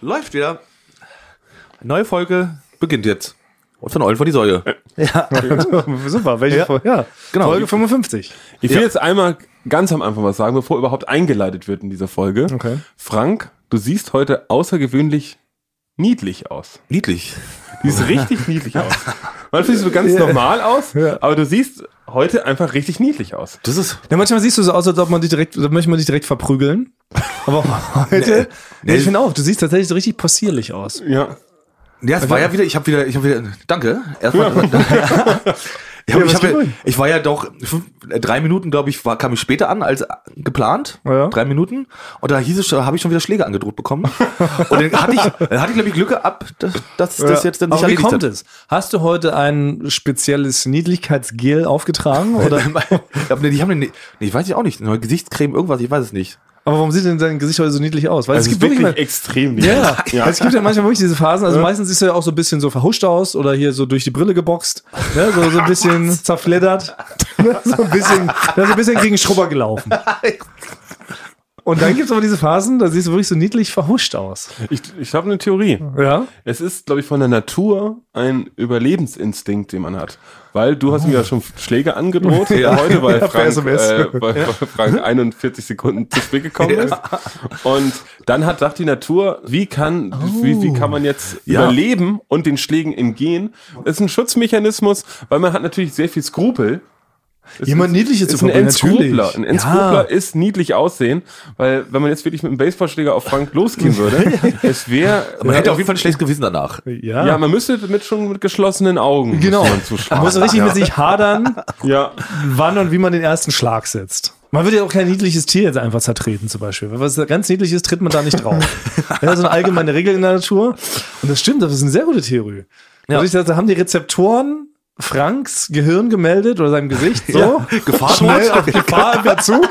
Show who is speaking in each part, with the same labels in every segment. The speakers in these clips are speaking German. Speaker 1: Läuft wieder. Neue Folge beginnt jetzt. Und von Eulen vor die Säule.
Speaker 2: Äh. Ja, Also, super. Welche
Speaker 1: Ja.
Speaker 2: Folge? Ja,
Speaker 1: Genau.
Speaker 2: Folge 55.
Speaker 3: Ich will jetzt einmal ganz am Anfang was sagen, bevor überhaupt eingeleitet wird in dieser Folge.
Speaker 2: Okay.
Speaker 3: Frank, du siehst heute außergewöhnlich niedlich aus.
Speaker 1: Niedlich.
Speaker 3: Du siehst richtig niedlich aus. Manchmal siehst du ganz normal aus, aber du siehst heute einfach richtig niedlich aus.
Speaker 1: Das ist.
Speaker 2: Ja, manchmal siehst du so aus, als ob man dich direkt, als möchte man dich direkt verprügeln. Aber heute, nee, ich finde auch, du siehst tatsächlich so richtig possierlich aus.
Speaker 3: Ja.
Speaker 1: Ja,
Speaker 2: Äh,
Speaker 1: es war ja wieder, ich habe wieder, ich habe wieder. Danke. Erstmal. ich, hab,
Speaker 2: was
Speaker 1: ich, hab, ja-
Speaker 2: tun?
Speaker 1: ich war ja doch fünf, äh, drei Minuten, glaube ich, war, kam ich später an als äh, geplant.
Speaker 2: Ja.
Speaker 1: Drei Minuten. Und da hieß es, schon, habe ich schon wieder Schläge angedroht bekommen. Und dann hatte ich, dann hatte ich glaube ich Glück ab, dass dass das jetzt dann
Speaker 2: Aber
Speaker 1: nicht
Speaker 2: wie
Speaker 1: erledigt
Speaker 2: kommt
Speaker 1: hat.
Speaker 2: es? Hast du heute ein spezielles Niedlichkeitsgel aufgetragen? Oder?
Speaker 1: Ich hab- nee, die haben eine, nee, ich weiß ich auch nicht, eine neue Gesichtscreme, irgendwas, ich weiß es nicht.
Speaker 2: Aber warum sieht denn dein Gesicht heute so niedlich aus? Weil
Speaker 3: Also Es ist wirklich Also extrem niedlich.
Speaker 2: Ja, ja. Es gibt ja manchmal wirklich diese Phasen. Also meistens siehst du ja auch so ein bisschen so verhuscht aus oder hier so durch die Brille geboxt. Ne? So, so ein bisschen zerfleddert. ne, so ein bisschen, da ist ein bisschen gegen Schrubber gelaufen. Und dann gibt es aber diese Phasen, da siehst du wirklich so niedlich verhuscht aus.
Speaker 3: Ich, ich habe eine Theorie.
Speaker 2: Ja.
Speaker 3: Es ist, glaube ich, von der Natur ein Überlebensinstinkt, den man hat. Weil du hast mir ja schon Schläge angedroht heute, bei
Speaker 2: per
Speaker 3: Frank,
Speaker 2: SMS.
Speaker 3: äh, bei, bei Frank 41 Sekunden zu spät gekommen ist. Und dann hat sagt die Natur, wie kann, wie, wie kann man jetzt
Speaker 1: Ja.
Speaker 3: überleben und den Schlägen entgehen? Das ist ein Schutzmechanismus, weil man hat natürlich sehr viel Skrupel. Es
Speaker 2: Jemand Niedliches zu
Speaker 3: ist ein
Speaker 2: gucken,
Speaker 3: Entskrupler.
Speaker 2: natürlich.
Speaker 3: Ein Entskrupler
Speaker 2: Ja.
Speaker 3: ist niedlich aussehen, weil wenn man jetzt wirklich mit einem Baseballschläger auf Frank losgehen würde, es wäre
Speaker 1: Man hätte auf jeden Fall ein schlechtes Gewissen danach.
Speaker 2: Ja.
Speaker 3: ja, man müsste mit schon mit geschlossenen Augen
Speaker 2: Ah. Genau.
Speaker 3: müsste man
Speaker 2: Man
Speaker 3: zuschauen.
Speaker 2: muss richtig mit sich hadern,
Speaker 3: ja.
Speaker 2: wann und wie man den ersten Schlag setzt. Man würde ja auch kein niedliches Tier jetzt einfach zertreten, zum Beispiel. Wenn was ganz niedliches ist, tritt man da nicht drauf. das ist so eine allgemeine Regel in der Natur. Und das stimmt, das ist eine sehr gute Theorie. Also ich dachte, da haben die Rezeptoren Franks Gehirn gemeldet oder seinem Gesicht so.
Speaker 1: Ja. Gefahr
Speaker 2: Schnell auf Gefahr im Verzug.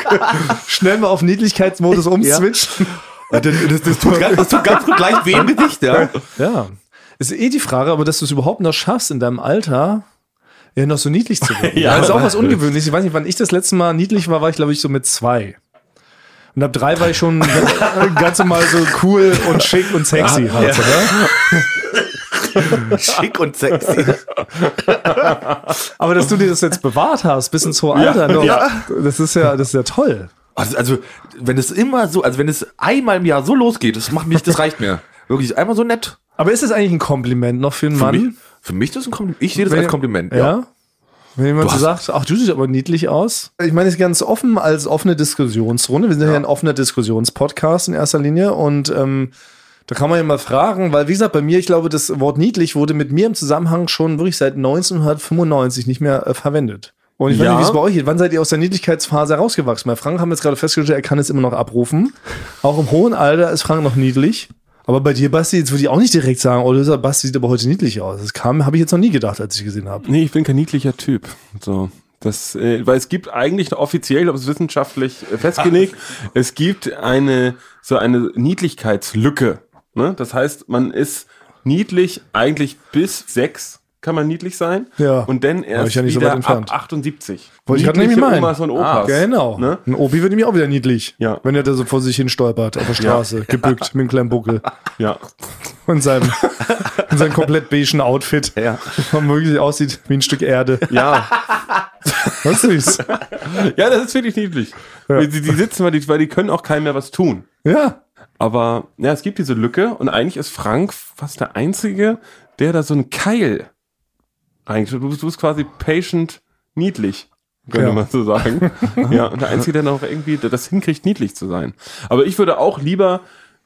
Speaker 2: Schnell mal auf Niedlichkeitsmodus umswitchen.
Speaker 1: Und dann- Das, das, tut, ganz- das tut ganz gut gleich weh im Gesicht, ja.
Speaker 2: Ja. Ist eh die Frage, aber dass du es überhaupt noch schaffst in deinem Alter, ja, noch so niedlich zu werden.
Speaker 3: Ja.
Speaker 2: ja, das ist auch was Ungewöhnliches. Ich weiß nicht, wann ich das letzte Mal niedlich war, war ich, glaube ich, so mit zwei. Und ab drei war ich schon ganz normal so cool und schick und sexy. halt, oder?
Speaker 1: Schick und sexy.
Speaker 2: Aber dass du dir das jetzt bewahrt hast, bis ins hohe Alter, noch,
Speaker 3: ja.
Speaker 2: das ist ja, das ist ja toll.
Speaker 1: Also, also, wenn es immer so, also wenn es einmal im Jahr so losgeht, das macht mich, das reicht mir. Wirklich einmal so nett.
Speaker 2: Aber ist das eigentlich ein Kompliment noch für einen
Speaker 1: Für
Speaker 2: Mann?
Speaker 1: mich, für mich das ist ein Kompliment. Ich sehe das
Speaker 2: Wenn-
Speaker 1: als Kompliment.
Speaker 2: Ja. Wenn jemand
Speaker 1: Du
Speaker 2: so
Speaker 1: hast-
Speaker 2: sagt, ach, du siehst aber niedlich aus. Ich meine, es ist ganz offen als offene Diskussionsrunde. Wir sind ja, ein offener Diskussionspodcast in erster Linie und ähm, da kann man ja mal fragen, weil wie gesagt, bei mir, ich glaube, das Wort niedlich wurde mit mir im Zusammenhang schon wirklich seit 1995 nicht mehr äh, verwendet. Und ich weiß
Speaker 3: Ja.
Speaker 2: nicht, wie es bei euch geht. Wann seid ihr aus der Niedlichkeitsphase herausgewachsen? Bei Frank haben wir jetzt gerade festgestellt, er kann es immer noch abrufen. Auch im hohen Alter ist Frank noch niedlich. Aber bei dir, Basti, jetzt würde ich auch nicht direkt sagen, oh, dieser Basti sieht aber heute niedlich aus. Das kam, habe ich jetzt noch nie gedacht, als ich gesehen habe.
Speaker 3: Nee, ich bin kein niedlicher Typ. So. Das, äh, weil es gibt eigentlich offiziell, ich glaube, es ist wissenschaftlich äh, festgelegt, es gibt eine, so eine Niedlichkeitslücke. Ne? Das heißt, man ist niedlich eigentlich bis sechs kann man niedlich sein.
Speaker 2: Ja.
Speaker 3: Und dann
Speaker 2: Hab
Speaker 3: erst
Speaker 2: ich ja nicht so
Speaker 3: wieder
Speaker 2: weit entfernt.
Speaker 3: ab 78.
Speaker 2: Wollte ich grad
Speaker 3: Niedliche
Speaker 2: nämlich meinen.
Speaker 3: Omas und
Speaker 1: Ah,
Speaker 3: Opas.
Speaker 2: Genau.
Speaker 3: Ne?
Speaker 2: Ein Obi wird nämlich auch wieder niedlich.
Speaker 3: Ja.
Speaker 2: Wenn er da so vor sich hin stolpert auf der Straße, gebückt mit einem kleinen Buckel
Speaker 3: Ja.
Speaker 2: und seinem, und seinem komplett beigen Outfit.
Speaker 1: Ja.
Speaker 2: Man wirklich aussieht wie ein Stück Erde.
Speaker 3: Ja.
Speaker 2: Das ist süß.
Speaker 3: ja, das ist wirklich niedlich. Die, die sitzen, weil die, weil die können auch keinem mehr was tun.
Speaker 2: Ja.
Speaker 3: Aber ja, es gibt diese Lücke und eigentlich ist Frank fast der Einzige, der da so einen Keil eigentlich. Du bist, du bist quasi patient niedlich, könnte
Speaker 2: Ja.
Speaker 3: man so sagen. ja, und der Einzige, der noch irgendwie das hinkriegt, niedlich zu sein. Aber ich würde auch lieber,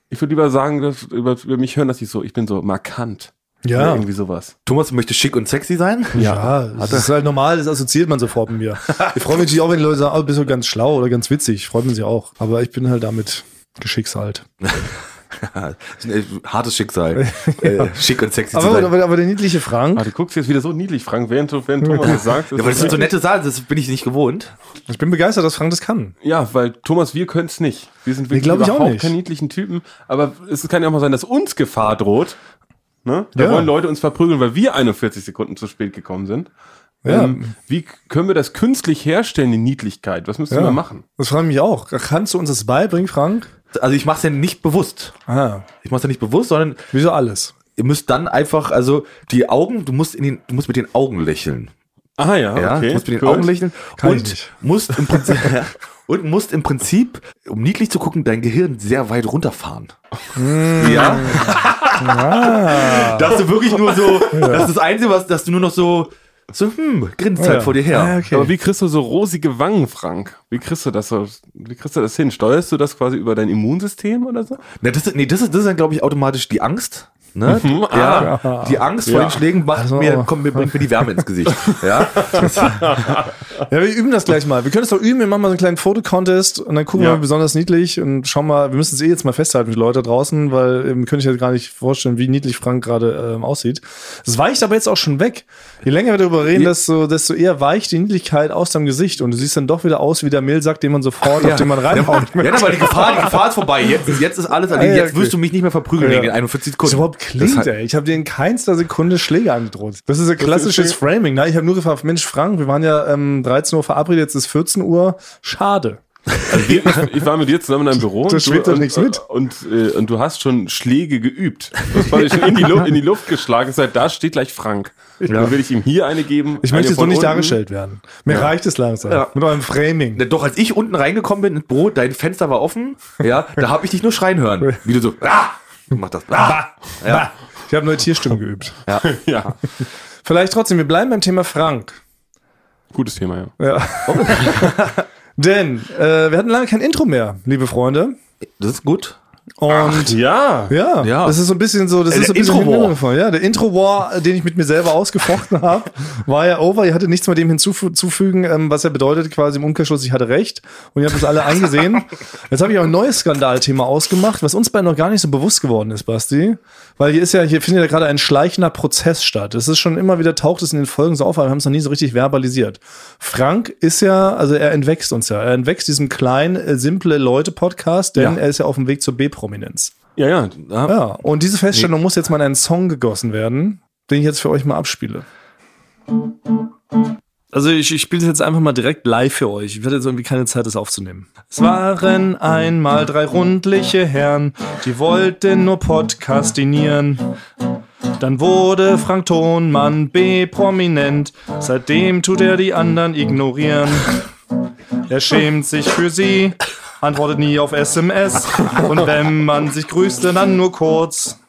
Speaker 3: ich würde lieber sagen, dass über, über mich hören, dass ich so, ich bin so markant. Oder
Speaker 2: Ja.
Speaker 3: irgendwie sowas.
Speaker 1: Thomas möchte schick und sexy sein.
Speaker 2: Ja, das ist halt normal, das assoziiert man sofort mit mir. Ich freue mich natürlich auch, wenn die Leute sagen, oh, bist du ganz schlau oder ganz witzig. Freut man sich auch. Aber ich bin halt damit geschicksalt.
Speaker 1: Ja, das ist ein, äh, hartes Schicksal. äh, schick und sexy zu
Speaker 2: Aber,
Speaker 1: sein.
Speaker 2: aber, aber der niedliche
Speaker 3: Ah,
Speaker 2: Frank,
Speaker 3: du guckst jetzt wieder so niedlich, Frank, während, du- während Thomas das sagt.
Speaker 1: ja, weil das sind so nette Sachen, das bin ich nicht gewohnt.
Speaker 2: ich bin begeistert, dass Frank das kann.
Speaker 3: Ja, weil Thomas, wir können's nicht. Wir sind wirklich
Speaker 2: glaub ich auch
Speaker 3: überhaupt
Speaker 2: nicht.
Speaker 3: keine niedlichen Typen. Aber es kann ja auch mal sein, dass uns Gefahr droht. Ne? Da
Speaker 2: Ja.
Speaker 3: wollen Leute uns verprügeln, weil wir 41 Sekunden zu spät gekommen sind.
Speaker 2: Ja.
Speaker 3: Ähm, wie k- können wir das künstlich herstellen, die Niedlichkeit? Was müssen
Speaker 2: Ja.
Speaker 3: wir machen?
Speaker 2: Das frage ich mich auch. Kannst du uns das beibringen, Frank?
Speaker 1: Also ich mache es ja nicht bewusst.
Speaker 2: Ah,
Speaker 1: Ich mache es ja nicht bewusst, sondern
Speaker 2: wieso alles?
Speaker 1: ihr müsst dann einfach, also die Augen, du musst in den, du musst mit den Augen lächeln.
Speaker 3: Ah ja,
Speaker 1: Ja,
Speaker 3: okay.
Speaker 1: du musst mit den
Speaker 3: cool.
Speaker 1: Augen lächeln
Speaker 2: Kann ich
Speaker 1: und
Speaker 2: nicht.
Speaker 1: musst im Prinzip und musst im Prinzip, um niedlich zu gucken, dein Gehirn sehr weit runterfahren.
Speaker 2: Hm.
Speaker 1: Ja,
Speaker 2: Ah.
Speaker 1: dass du wirklich nur so, das ist das Einzige, was, dass du nur noch so, so hm, grinst halt
Speaker 2: Ja.
Speaker 1: vor dir her.
Speaker 2: Ah, okay.
Speaker 3: Aber wie kriegst du so rosige Wangen, Frank? Wie kriegst du das so? Wie kriegst du das hin? Steuerst du das quasi über dein Immunsystem oder so?
Speaker 1: Na, das, ist- nee, das ist, das ist dann, glaube ich, automatisch die Angst. Ne? ja, die Angst vor
Speaker 3: Ja.
Speaker 1: den Schlägen macht
Speaker 2: Mhm. Ah. Also-
Speaker 1: mir, kommt, mir, bringt mir die Wärme ins Gesicht. Ja? Das,
Speaker 2: Ja, wir üben das gleich mal. Wir können es doch üben. Wir machen mal so einen kleinen Fotocontest und dann gucken
Speaker 3: Ja.
Speaker 2: wir mal besonders niedlich und schauen mal. Wir müssen es eh jetzt mal festhalten für die Leute draußen, weil ähm, könnt ihr jetzt gar nicht vorstellen, wie niedlich Frank gerade ähm, aussieht. Es weicht aber jetzt auch schon weg. Je länger wir darüber reden, desto, desto eher weicht die Niedlichkeit aus deinem Gesicht und du siehst dann doch wieder aus wie der Mehlsack, den man sofort auf den man reinhaut.
Speaker 1: Ja, aber die Gefahr, die Gefahr ist vorbei. Jetzt, ist- jetzt ist alles, also
Speaker 2: Ah, ja,
Speaker 1: jetzt
Speaker 2: okay.
Speaker 1: wirst du mich nicht mehr verprügeln
Speaker 2: Ja.
Speaker 1: wegen den 41 Sekunden.
Speaker 2: Das überhaupt klingt,
Speaker 1: Das hat-
Speaker 2: ey. Ich habe dir in keinster Sekunde Schläge angedroht. Das ist ein klassisches
Speaker 3: ist-
Speaker 2: Framing. Ne? Ich habe nur gefragt, Mensch, Frank, wir waren ja ähm, 13 Uhr verabredet, jetzt ist 14 Uhr. Schade.
Speaker 3: Also wir, ich war mit dir zusammen in deinem Büro. und
Speaker 2: schwebt
Speaker 3: du-
Speaker 2: doch
Speaker 3: und-
Speaker 2: nichts mit.
Speaker 3: Und, äh, und du hast schon Schläge geübt. Du hast quasi schon in die, Luft, in die Luft geschlagen. Seit da steht gleich Frank. Dann will ich ihm hier eine geben.
Speaker 2: Ich
Speaker 3: eine
Speaker 2: möchte jetzt
Speaker 3: von
Speaker 2: doch nicht
Speaker 3: unten. Ne.
Speaker 2: dargestellt werden. Mir reicht es langsam.
Speaker 1: Ja.
Speaker 2: Mit eurem Framing.
Speaker 1: Na, ne, Doch als ich unten reingekommen bin ins Büro, dein Fenster war offen, ja, da habe ich dich nur schreien hören. Wie du so, ah! Mach das. Ah! Ja.
Speaker 2: Ich habe neue Tierstimmen geübt.
Speaker 3: Ja,
Speaker 2: Vielleicht trotzdem, wir bleiben beim Thema Frank.
Speaker 3: gutes Thema, ja.
Speaker 2: Ja. Denn äh, wir hatten lange kein Intro mehr, liebe Freunde.
Speaker 1: Das ist gut.
Speaker 2: Und
Speaker 3: Ja.
Speaker 2: ja,
Speaker 1: Ja.
Speaker 2: das ist so ein bisschen so, das
Speaker 1: Äh,
Speaker 2: ist so ein
Speaker 1: der
Speaker 2: bisschen
Speaker 1: Intro-War.
Speaker 2: Intro ja, der Intro-War, äh, den ich mit mir selber ausgefochten habe, war ja over. Ihr hattet nichts mehr dem hinzufügen, ähm, was ja bedeutet quasi im Umkehrschluss, ich hatte recht und ihr habt es alle eingesehen. Jetzt habe ich auch ein neues Skandalthema ausgemacht, was uns beiden noch gar nicht so bewusst geworden ist, Basti, weil hier ist ja, hier findet ja gerade ein schleichender Prozess statt. Es ist schon immer wieder, taucht es in den Folgen so auf, aber wir haben es noch nie so richtig verbalisiert. Frank ist ja, also er entwächst uns ja, er entwächst diesem kleinen, äh, simple Leute-Podcast,
Speaker 3: Ja.
Speaker 2: denn er ist ja auf dem Weg zur B-Prominenz.
Speaker 3: Ja, ja.
Speaker 2: Ja, und diese Feststellung muss jetzt mal in einen Song gegossen werden, den ich jetzt für euch mal abspiele. Also ich, ich spiele es jetzt einfach mal direkt live für euch. Ich hatte jetzt irgendwie keine Zeit, das aufzunehmen. Es waren einmal drei rundliche Herren, die wollten nur podcastinieren. Dann wurde Frank Thonmann B prominent. Seitdem tut er die anderen ignorieren. Er schämt sich für sie, antwortet nie auf SMS. Und wenn man sich grüßt, dann nur kurz.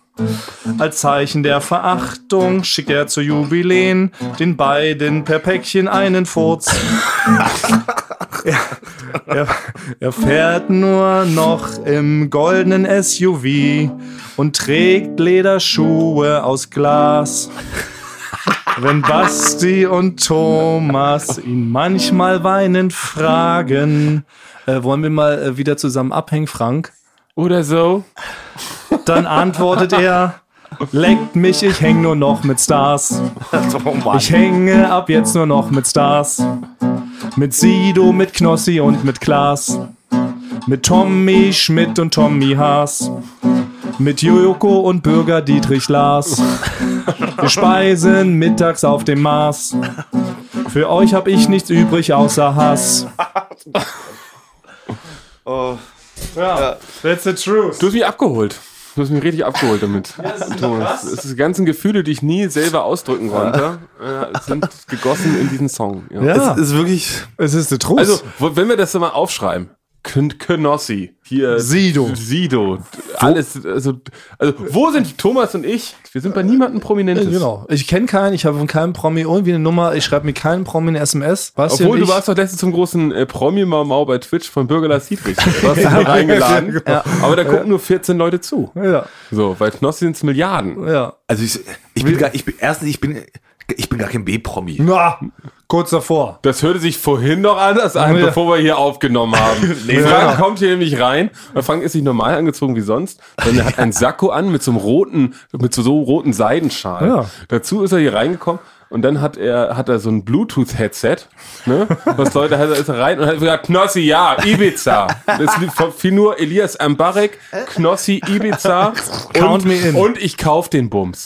Speaker 2: Als Zeichen der Verachtung schickt er zu Jubiläen den beiden per Päckchen einen Furz. Er, er fährt nur noch im goldenen SUV und trägt Lederschuhe aus Glas. Wenn Basti und Thomas ihn manchmal weinend fragen, äh, wollen wir mal äh, wieder zusammen abhängen, Frank?
Speaker 3: Oder so.
Speaker 2: Dann antwortet er, leckt mich, ich häng nur noch mit Stars.
Speaker 1: Oh Mann.
Speaker 2: Ich hänge ab jetzt nur noch mit Stars. Mit Sido, mit Knossi und mit Klaas. Mit Tommy Schmidt und Tommy Haas. Mit Joko und Bürger Dietrich Lars. Wir speisen mittags auf dem Mars. Für euch hab ich nichts übrig außer Hass. Ja, that's the truth.
Speaker 3: Du hast mich abgeholt. Du hast mich richtig abgeholt damit. Thomas, es ist die ganzen Gefühle, die ich nie selber ausdrücken konnte, äh, sind gegossen in diesen Song. Ja.
Speaker 1: Es ist wirklich,
Speaker 2: es ist der Trost.
Speaker 3: Also, wo- wenn wir das mal aufschreiben. Kn- Knossi, hier
Speaker 2: Sido.
Speaker 3: Sido, alles, also, also, wo sind Thomas und ich? Wir sind bei niemandem Prominentes.
Speaker 2: Genau. Ich kenne keinen, ich habe von keinem Promi irgendwie eine Nummer, ich schreibe mir keinen Promi eine SMS. Basti und
Speaker 3: Obwohl, du
Speaker 2: ich-
Speaker 3: warst doch letztens zum großen äh, Promi-Mau bei Twitch von Bürgerler Siedrich. Du hast dich nicht eingeladen. Aber da gucken nur 14 Leute zu.
Speaker 2: genau. Ja,
Speaker 3: So, bei Knossi sind es Milliarden.
Speaker 2: ja.
Speaker 1: also ich, ich bin gar, ich bin, erstens, ich bin, ich bin gar kein B-Promi.
Speaker 2: Na, kurz davor.
Speaker 3: Das hörte sich vorhin noch anders an,
Speaker 2: Ja.
Speaker 3: bevor wir hier aufgenommen haben. Frank kommt hier nämlich rein. weil Frank ist nicht normal angezogen wie sonst, sondern er hat einen Sakko an mit so einem roten, mit so, so einem roten Seidenschal.
Speaker 2: Ja.
Speaker 3: Dazu ist er hier reingekommen. Und dann hat er, hat er so ein Bluetooth-Headset, ne? Was Leute hat er ist er rein und hat gesagt, Knossi, ja, Ibiza. Das li- von- fiel nur Elias Ambarek, Knossi, Ibiza und,
Speaker 2: Count me in.
Speaker 3: und ich kauf den Bums.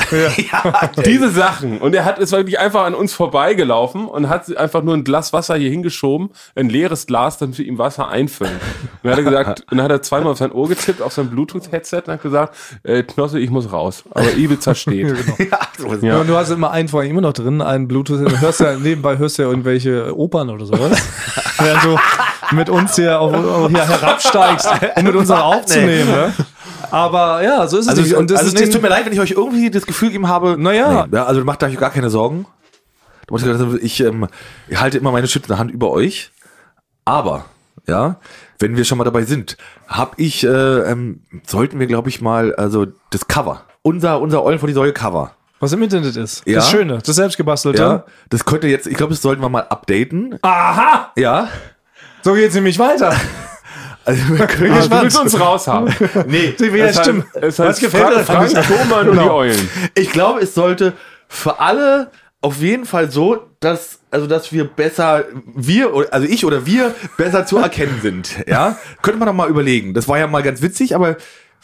Speaker 3: Diese Sachen. Und er hat es wirklich einfach an uns vorbeigelaufen und hat einfach nur ein Glas Wasser hier hingeschoben, ein leeres Glas, damit wir ihm Wasser einfüllen. Und dann hat er gesagt, und dann hat er zweimal auf sein Ohr getippt, auf sein Bluetooth-Headset und hat gesagt, äh, Knosse, ich muss raus. Aber Ibiza steht.
Speaker 2: Ja. genau.
Speaker 3: Ja.
Speaker 2: und du hast immer einen vorhin immer noch drin, einen Bluetooth. Du hörst ja, nebenbei hörst du ja irgendwelche Opern oder sowas. Während du mit uns hier, auf, auf, hier herabsteigst, um mit uns auch aufzunehmen. Ne? Aber ja, so ist es. nicht.
Speaker 1: Also, und das also,
Speaker 2: ist
Speaker 1: nee, es
Speaker 2: den-
Speaker 1: tut mir leid, wenn ich euch irgendwie das Gefühl gegeben habe.
Speaker 2: Naja.
Speaker 1: Nee, ja, also macht euch gar keine Sorgen. Da muss ich sagen, Ich, ähm, ich halte immer meine schützende Hand über euch. Aber, ja, wenn wir schon mal dabei sind, hab ich, äh, ähm, sollten wir, glaube ich, mal, also das Cover. Unser, unser Eulen vor die Säule Cover.
Speaker 2: was im Internet ist.
Speaker 1: Ja.
Speaker 2: Das Schöne, das selbstgebastelte.
Speaker 1: Ja. Das könnte jetzt, ich glaube, das sollten wir mal updaten.
Speaker 2: Aha!
Speaker 1: Ja.
Speaker 2: So geht's nämlich weiter.
Speaker 1: Also wir können
Speaker 2: Ah,
Speaker 1: ja
Speaker 2: du
Speaker 1: schon-
Speaker 3: Du willst uns raushaben.
Speaker 1: nee,
Speaker 2: Ja, stimmt.
Speaker 3: Es heißt
Speaker 2: gefällt
Speaker 3: Fra
Speaker 2: dir Genau. daran
Speaker 3: Frank Thoman und die Eulen.
Speaker 1: Ich glaube, es sollte für alle auf jeden Fall so, dass also dass wir besser wir oder- also ich oder wir besser zu erkennen sind, ja? Könnte man doch mal überlegen. Das war ja mal ganz witzig, aber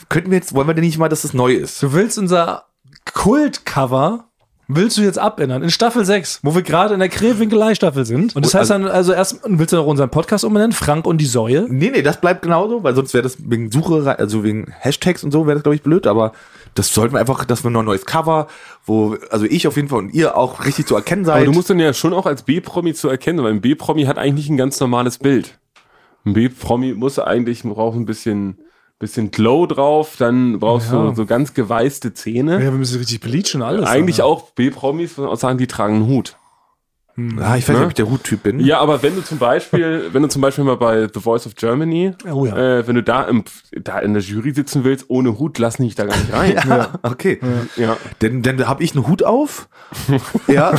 Speaker 1: könnten wir jetzt wollen wir denn nicht mal, dass es neu ist?
Speaker 2: Du willst unser Kultcover willst du jetzt abändern in Staffel 6, wo wir gerade in der Krähwinkelei-Staffel sind. Und das heißt dann, also erst willst du noch unseren Podcast umbenennen, Frank und die Säue.
Speaker 1: Nee, nee, das bleibt genauso, weil sonst wäre das wegen Suche, rei- also wegen Hashtags und so wäre das glaube ich blöd, aber das sollten wir einfach, dass wir noch ein neues Cover, wo also ich auf jeden Fall und ihr auch richtig zu erkennen seid.
Speaker 3: Aber du musst dann ja schon auch als B-Promi zu erkennen, weil ein B-Promi hat eigentlich ein ganz normales Bild. Ein B-Promi muss eigentlich, braucht ein bisschen, bisschen Glow drauf, dann brauchst du so ganz geweißte Zähne.
Speaker 2: Ja, wir müssen richtig bleachen alles.
Speaker 3: eigentlich auch B-Promis, muss man auch sagen, die tragen einen Hut.
Speaker 1: ah, ich weiß nicht, ob ich der Huttyp bin.
Speaker 3: Ne? Ja, aber wenn du zum Beispiel, wenn du zum Beispiel mal bei The Voice of Germany,
Speaker 2: Oh ja.
Speaker 3: äh, wenn du da, im, da in der Jury sitzen willst, ohne Hut, lass mich da gar nicht rein.
Speaker 1: Okay.
Speaker 3: ja.
Speaker 1: Denn dann habe ich einen Hut auf. ja.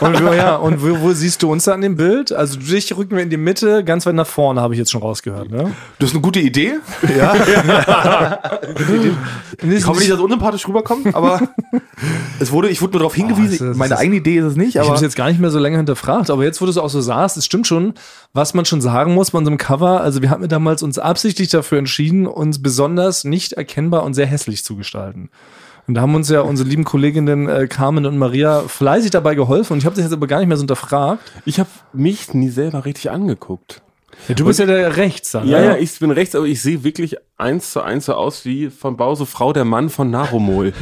Speaker 2: Und, wo, ja, und wo, wo siehst du uns da an dem Bild? Also dich rücken wir in die Mitte, ganz weit nach vorne, habe ich jetzt schon rausgehört. Ne?
Speaker 1: Das ist eine gute Idee. Ich hoffe nicht, dass es unsympathisch rüberkommt, aber es wurde, ich wurde nur darauf hingewiesen.
Speaker 2: Oh, das ist-
Speaker 1: Meine eigene Idee ist es nicht,
Speaker 2: Ich habe
Speaker 1: aber
Speaker 2: es jetzt gar nicht mehr so lange hinterfragt, aber jetzt, wo du es auch so sahst, es stimmt schon, was man schon sagen muss bei unserem Cover. Also wir haben ja damals uns absichtlich dafür entschieden, uns besonders nicht erkennbar und sehr hässlich zu gestalten. Und da haben uns ja unsere lieben Kolleginnen äh, Carmen und Maria fleißig dabei geholfen und ich habe das jetzt aber gar nicht mehr so hinterfragt.
Speaker 3: Ich habe mich nie selber richtig angeguckt.
Speaker 2: Ja, du bist ja der Rechts dann.
Speaker 3: Ja,
Speaker 2: ne?
Speaker 3: ja, ich bin rechts, aber ich sehe wirklich eins zu eins so aus wie von Bause Frau der Mann von Narumol.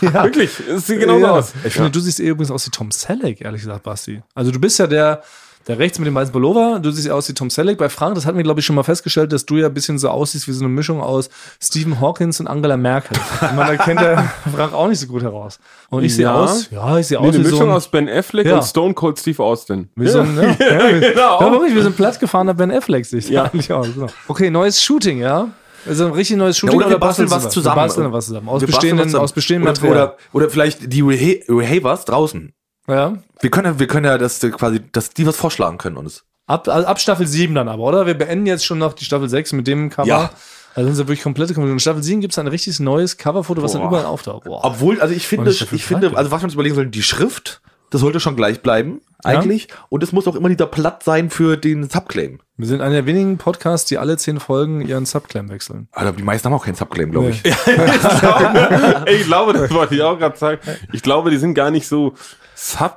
Speaker 3: Wirklich, es sieht genauso
Speaker 2: ja.
Speaker 3: aus.
Speaker 2: Ich finde, du siehst eh übrigens aus wie Tom Selleck, ehrlich gesagt, Basti. Also du bist ja der, der rechts mit dem weißen Pullover, du siehst aus wie Tom Selleck. Bei Frank, das hatten wir, glaube ich, schon mal festgestellt, dass du ja ein bisschen so aussiehst wie so eine Mischung aus Stephen Hawkins und Angela Merkel. Man erkennt ja Frank auch nicht so gut heraus. Und ich sehe
Speaker 3: Ja.
Speaker 2: aus, ja, ich sehe
Speaker 3: Nee,
Speaker 2: aus
Speaker 3: eine
Speaker 2: wie
Speaker 3: Mischung
Speaker 2: so ein,
Speaker 3: aus Ben Affleck
Speaker 2: Ja.
Speaker 3: und Stone Cold Steve Austin.
Speaker 2: wie so ein, ja, ja, wie-
Speaker 3: genau.
Speaker 2: ja, wirklich, wir sind plattgefahrener Ben Affleck, sich
Speaker 3: Ja.
Speaker 2: eigentlich aus. Genau. Okay, neues Shooting, ja. Also ein richtig neues Shooting.
Speaker 1: Ja, oder wir basteln was
Speaker 2: Wir
Speaker 1: zusammen.
Speaker 2: basteln was zusammen. Aus
Speaker 1: wir basteln was
Speaker 2: bestehenden,
Speaker 1: zusammen.
Speaker 2: aus bestehenden
Speaker 1: oder, oder, oder vielleicht die Reha- Rehavers draußen.
Speaker 2: ja.
Speaker 1: Wir können, ja- wir können ja das äh, quasi, dass die was vorschlagen können uns.
Speaker 2: Ab, also ab Staffel 7 dann aber, oder? Wir beenden jetzt schon noch die Staffel 6 mit dem Cover.
Speaker 1: Ja.
Speaker 2: Also sind wir wirklich komplett komplett. Und Staffel 7 gibt es ein richtiges neues Coverfoto, was dann
Speaker 1: Boah.
Speaker 2: überall auftaucht. Boah.
Speaker 1: Obwohl, also ich
Speaker 2: Und
Speaker 1: finde,
Speaker 2: das ist ja
Speaker 1: ich
Speaker 2: viel
Speaker 1: finde,
Speaker 2: Zeit,
Speaker 1: also was wir uns überlegen sollen, die Schrift, das sollte schon gleich bleiben, eigentlich. Und es muss auch immer dieser Platt sein für den Subclaim.
Speaker 2: Wir sind einer der wenigen Podcasts, die alle 10 Folgen ihren Subclaim wechseln.
Speaker 1: Aber die meisten haben auch keinen Subclaim, glaube ich.
Speaker 3: Ey, ich glaube, das wollte ich auch gerade sagen. Ich glaube, die sind gar nicht so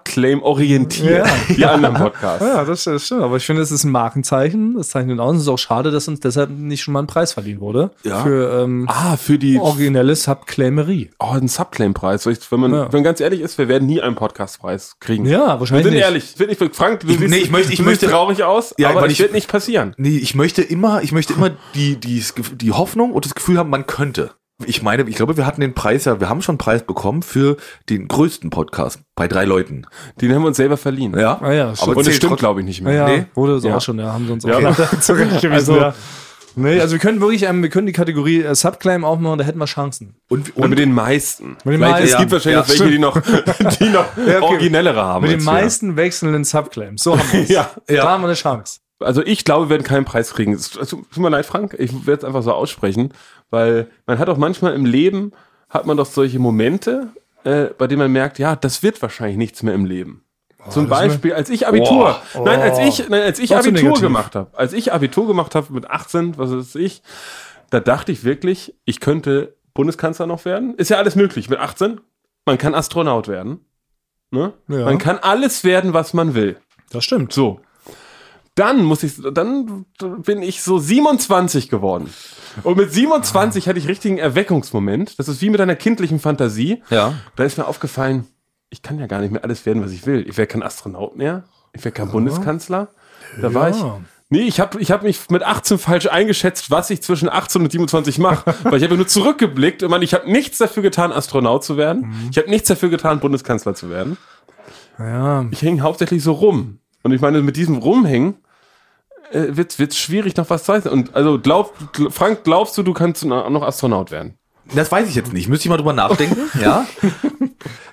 Speaker 3: Subclaim-orientiert, die anderen Podcasts.
Speaker 2: Ah Ja, das, das stimmt. Aber ich finde, es ist ein Markenzeichen. Das zeichnet aus. Und es ist auch schade, dass uns deshalb nicht schon mal ein Preis verliehen wurde.
Speaker 1: Ja.
Speaker 2: Für ähm,
Speaker 3: Ah, für die, oh,
Speaker 2: originelle Subclaimerie.
Speaker 3: ein Subclaim-Preis. Wenn man,
Speaker 2: Ja.
Speaker 3: wenn man ganz ehrlich ist, wir werden nie einen Podcast-Preis kriegen.
Speaker 2: Ja,
Speaker 3: Wir
Speaker 2: wahrscheinlich.
Speaker 3: sind
Speaker 2: nicht.
Speaker 3: ehrlich. Ich bin nicht, Frank, du
Speaker 1: Ich- nee, ich möchte- ich
Speaker 3: du siehst
Speaker 1: möchte-
Speaker 3: traurig aus,
Speaker 1: Ja,
Speaker 3: aber
Speaker 1: weil
Speaker 3: es
Speaker 1: ich-
Speaker 3: wird nicht passieren.
Speaker 1: Nee, ich möchte immer, ich möchte immer die, die, die Hoffnung und das Gefühl haben, man könnte. Ich meine, ich glaube, wir hatten den Preis ja, wir haben schon einen Preis bekommen für den größten Podcast bei drei Leuten.
Speaker 3: Den haben wir uns selber verliehen.
Speaker 1: Ja,
Speaker 2: Ah ja,
Speaker 1: aber
Speaker 2: stimmt.
Speaker 3: Und
Speaker 1: zählt
Speaker 3: das stimmt,
Speaker 1: trotzdem.
Speaker 3: glaube ich, nicht mehr.
Speaker 2: Ja,
Speaker 1: Nee.
Speaker 2: wurde so
Speaker 3: Ja.
Speaker 2: auch schon, ja, haben sie uns auch
Speaker 3: Ja.
Speaker 2: schon zurechtgewiesen.
Speaker 3: Also-
Speaker 2: ja. Nee, also wir können wirklich, ähm, wir können die Kategorie äh, Subclaim aufmachen, da hätten wir Chancen.
Speaker 1: Und,
Speaker 3: Oder
Speaker 1: und
Speaker 3: mit den meisten.
Speaker 2: Mit den
Speaker 3: Vielleicht-
Speaker 2: meisten.
Speaker 3: Es gibt
Speaker 1: Ja,
Speaker 3: wahrscheinlich
Speaker 1: ja,
Speaker 3: noch welche, die noch, die noch
Speaker 2: okay.
Speaker 3: originellere haben.
Speaker 2: Mit den
Speaker 3: als wir.
Speaker 2: meisten wechselnden Subclaims. So haben wir
Speaker 3: Ja.
Speaker 2: Da haben wir eine Chance.
Speaker 3: Also ich glaube, wir werden keinen Preis kriegen. Es- es- Tut mir leid, Frank. Ich werde es einfach so aussprechen, weil man hat auch manchmal im Leben, hat man doch solche Momente, äh, bei dem man merkt, ja, das wird wahrscheinlich nichts mehr im Leben. Zum
Speaker 2: Oh, das ist mir-
Speaker 3: Beispiel, als ich Abitur,
Speaker 2: Oh,
Speaker 3: nein,
Speaker 2: oh.
Speaker 3: als ich, nein, als ich
Speaker 2: War zu
Speaker 3: Abitur
Speaker 2: negativ.
Speaker 3: gemacht habe, als ich Abitur gemacht habe mit 18, was weiß ich, da dachte ich wirklich, ich könnte Bundeskanzler noch werden. Ist ja alles möglich mit 18. Man kann Astronaut werden. Ne?
Speaker 2: Ja.
Speaker 3: Man kann alles werden, was man will.
Speaker 2: Das stimmt.
Speaker 3: So. Dann muss ich, dann bin ich so 27 geworden. Und mit 27 hatte ich richtigen Erweckungsmoment. Das ist wie mit einer kindlichen Fantasie.
Speaker 1: Ja.
Speaker 3: Da ist mir aufgefallen, ich kann ja gar nicht mehr alles werden, was ich will. Ich wäre kein Astronaut mehr. Ich wäre kein Bundeskanzler. Da war ich. Nee, ich habe ich hab mich mit 18 falsch eingeschätzt, was ich zwischen 18 und 27 mache. Weil ich habe nur zurückgeblickt und meine, ich habe nichts dafür getan, Astronaut zu werden. Ich habe nichts dafür getan, Bundeskanzler zu werden
Speaker 2: Ja.
Speaker 3: ich hänge hauptsächlich so rum. Und ich meine, mit diesem Rumhängen äh, wird es schwierig, noch was zu heißen. Und also, glaub, gl- Frank, glaubst du, du kannst na- noch Astronaut werden?
Speaker 1: Das weiß ich jetzt nicht. Müsste ich mal drüber nachdenken. ja.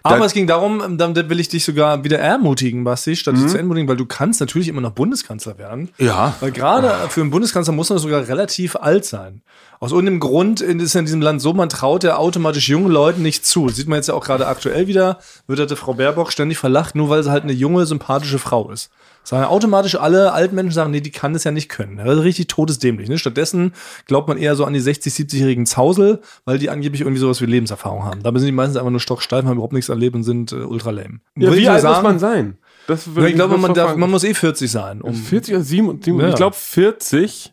Speaker 2: Aber
Speaker 1: Da-
Speaker 2: es ging darum, ähm, dann will ich dich sogar wieder ermutigen, Basti, statt
Speaker 3: Mhm.
Speaker 2: dich zu entmutigen, weil du kannst natürlich immer noch Bundeskanzler werden.
Speaker 1: Ja.
Speaker 2: Weil gerade
Speaker 3: Ah.
Speaker 2: für einen Bundeskanzler muss man sogar relativ alt sein. Aus irgendeinem Grund ist in diesem Land so, man traut ja automatisch jungen Leuten nicht zu. Das sieht man jetzt ja auch gerade aktuell wieder, wird halt die Frau Baerbock ständig verlacht, nur weil sie halt eine junge, sympathische Frau ist. Sagen ja automatisch alle alten Menschen sagen, nee, die kann es ja nicht können. Das ist richtig todesdämlich. Ne? Stattdessen glaubt man eher so an die 60-, 70-jährigen Zausel, weil die angeblich irgendwie sowas wie Lebenserfahrung haben. Dabei sind die meistens einfach nur stocksteif, haben überhaupt nichts erlebt und sind äh, ultra lame. Würde ich mal sagen,
Speaker 3: sein? Das
Speaker 2: Ja,
Speaker 3: würde
Speaker 2: ich glaube,
Speaker 3: nur
Speaker 2: man, darf,
Speaker 3: fragen.
Speaker 2: man muss eh 40 sein. Um
Speaker 3: 40 oder 7,
Speaker 2: Ja.
Speaker 3: ich glaube 40,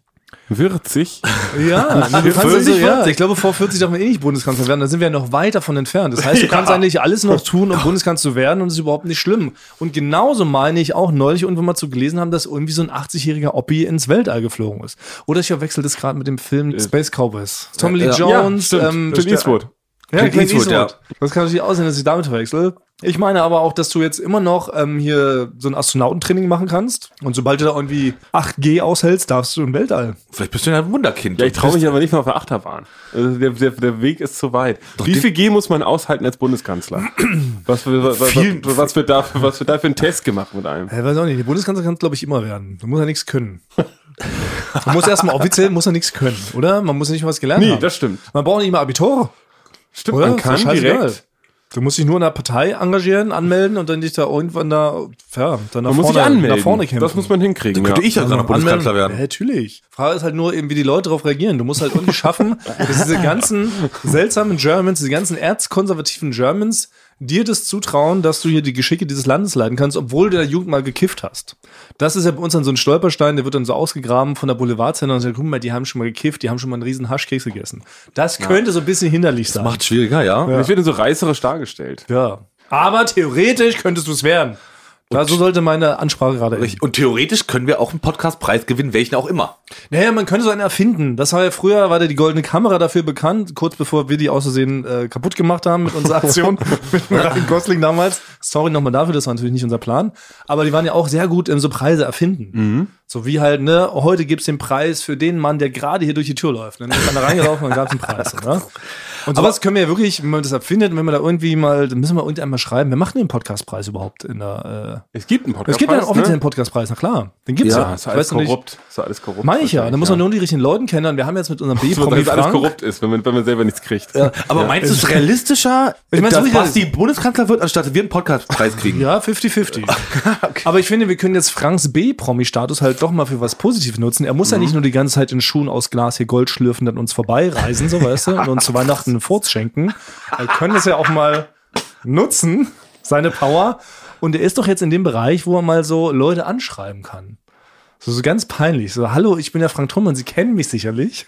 Speaker 3: 40.
Speaker 2: Ja, du kannst
Speaker 1: 40,
Speaker 2: also, ja,
Speaker 1: ja.
Speaker 2: ich glaube, vor 40 darf man eh nicht Bundeskanzler werden. Da sind wir ja noch weit davon entfernt. Das heißt, du kannst eigentlich alles noch tun, um Bundeskanzler zu werden und es ist überhaupt nicht schlimm. Und genauso meine ich auch neulich irgendwo mal zu gelesen haben, dass irgendwie so ein 80-jähriger Oppi ins Weltall geflogen ist. Oder ich verwechsel das gerade mit dem Film Space Cowboys. Tommy Lee
Speaker 1: ja.
Speaker 2: Jones,
Speaker 3: stimmt.
Speaker 2: ähm,
Speaker 3: Clint Eastwood.
Speaker 2: ja,
Speaker 1: Clint
Speaker 2: Clint
Speaker 1: Eastwood,
Speaker 2: Eastwood. Das kann natürlich auch sein, dass ich damit verwechsel. Ich meine aber auch, dass du jetzt immer noch ähm, hier so ein Astronautentraining machen kannst. Und sobald du da irgendwie 8G aushältst, darfst du im Weltall.
Speaker 1: Vielleicht bist du ja ein Wunderkind.
Speaker 3: Ja, ich traue mich aber nicht mal auf der Achterbahn. Also der, der, der Weg ist zu weit. Wie
Speaker 1: den-
Speaker 3: viel G muss man aushalten als Bundeskanzler? Was, wir- was,
Speaker 1: Viel-
Speaker 3: was, was, wird da, was wird da für ein Test gemacht mit einem?
Speaker 2: Ja, weiß auch nicht. Der Bundeskanzler kann es, glaube ich, immer werden. Da muss er nichts können. Man muss erstmal offiziell muss er nichts können, oder? Man muss nicht mal was gelernt
Speaker 3: Nee,
Speaker 2: haben.
Speaker 3: das stimmt.
Speaker 2: Man braucht nicht mal Abitur.
Speaker 3: Stimmt,
Speaker 2: Oder?
Speaker 3: man
Speaker 2: Ist
Speaker 3: kann
Speaker 2: doch scheißegal.
Speaker 3: direkt.
Speaker 2: Du musst dich nur in der Partei engagieren, anmelden und dann dich da irgendwann da, ja, dann nach,
Speaker 3: Man
Speaker 2: vorne,
Speaker 3: muss sich anmelden.
Speaker 2: nach vorne kämpfen.
Speaker 3: Das muss man hinkriegen.
Speaker 1: Könnte ich ja
Speaker 2: Also
Speaker 1: sogar noch
Speaker 2: anmelden-
Speaker 1: Bundeskanzler
Speaker 2: Ja,
Speaker 1: werden.
Speaker 2: natürlich. Frage ist halt nur eben, wie die Leute darauf reagieren. Du musst halt irgendwie schaffen, dass diese ganzen seltsamen Germans, diese ganzen erzkonservativen Germans dir das zutrauen, dass du hier die Geschicke dieses Landes leiten kannst, obwohl du in der Jugend mal gekifft hast. Das ist ja bei uns dann so ein Stolperstein, der wird dann so ausgegraben von der Boulevardzeitung und sagt, guck mal, die haben schon mal gekifft, die haben schon mal einen riesen Haschkeks gegessen. Das könnte so ein bisschen hinderlich sein.
Speaker 1: Macht schwieriger, ja.
Speaker 3: Ich werde so reißerisch dargestellt.
Speaker 2: ja. Aber theoretisch könntest du es werden. Da, so sollte meine Ansprache gerade enden.
Speaker 1: Richtig. Und theoretisch können wir auch einen Podcastpreis gewinnen, welchen auch immer.
Speaker 2: Naja, man könnte so einen erfinden. Das war ja früher, war da die goldene Kamera dafür bekannt, kurz bevor wir die aus Versehen äh, kaputt gemacht haben mit unserer Aktion mit dem Ryan Gosling damals. Sorry nochmal dafür, das war natürlich nicht unser Plan. Aber die waren ja auch sehr gut im so Preise erfinden.
Speaker 3: Mhm.
Speaker 2: So wie halt, ne, heute gibt's den Preis für den Mann, der gerade hier durch die Tür läuft. Dann ist man da reingelaufen und gab's einen Preis, oder? Und sowas können wir ja wirklich, wenn man das erfindet, wenn man da irgendwie mal, dann müssen wir irgendeinmal schreiben, wer macht denn den Podcastpreis überhaupt in der, äh,
Speaker 3: Es gibt einen Podcast.
Speaker 2: es gibt ja einen offiziellen
Speaker 3: ne?
Speaker 2: Podcastpreis, na klar. Den gibt's ja.
Speaker 3: Ja, ist alles
Speaker 2: Ich weiß noch nicht-
Speaker 3: korrupt. Ist alles korrupt.
Speaker 2: Meine ich ja. Da muss man
Speaker 3: wahrscheinlich,
Speaker 2: nur die richtigen Leuten kennenlernen. Wir haben jetzt mit unserem
Speaker 3: ja. Dass
Speaker 2: B-Promi
Speaker 3: das alles
Speaker 2: Frank.
Speaker 3: korrupt ist, wenn man, wenn man selber nichts kriegt.
Speaker 1: Aber meinst du es realistischer,
Speaker 2: Ich meine, so
Speaker 1: dass
Speaker 2: wie das-
Speaker 1: Basti Bundeskanzler wird, anstatt wir einen Podcastpreis kriegen?
Speaker 2: Ja, 50-50. Aber ich finde, wir können jetzt Franks B-Promi-Status halt doch mal für was Positives nutzen. Er muss ja nicht nur die ganze Zeit in Schuhen aus Glas hier Gold schlürfen, dann uns vorbeireisen, so weißt du, und uns zu Weihnachten einen Furz schenken. Wir können es ja auch mal nutzen, seine Power. Und er ist doch jetzt in dem Bereich, wo er mal so Leute anschreiben kann. So, so ganz peinlich. So, hallo, ich bin der Frank Thunmann, Sie kennen mich sicherlich.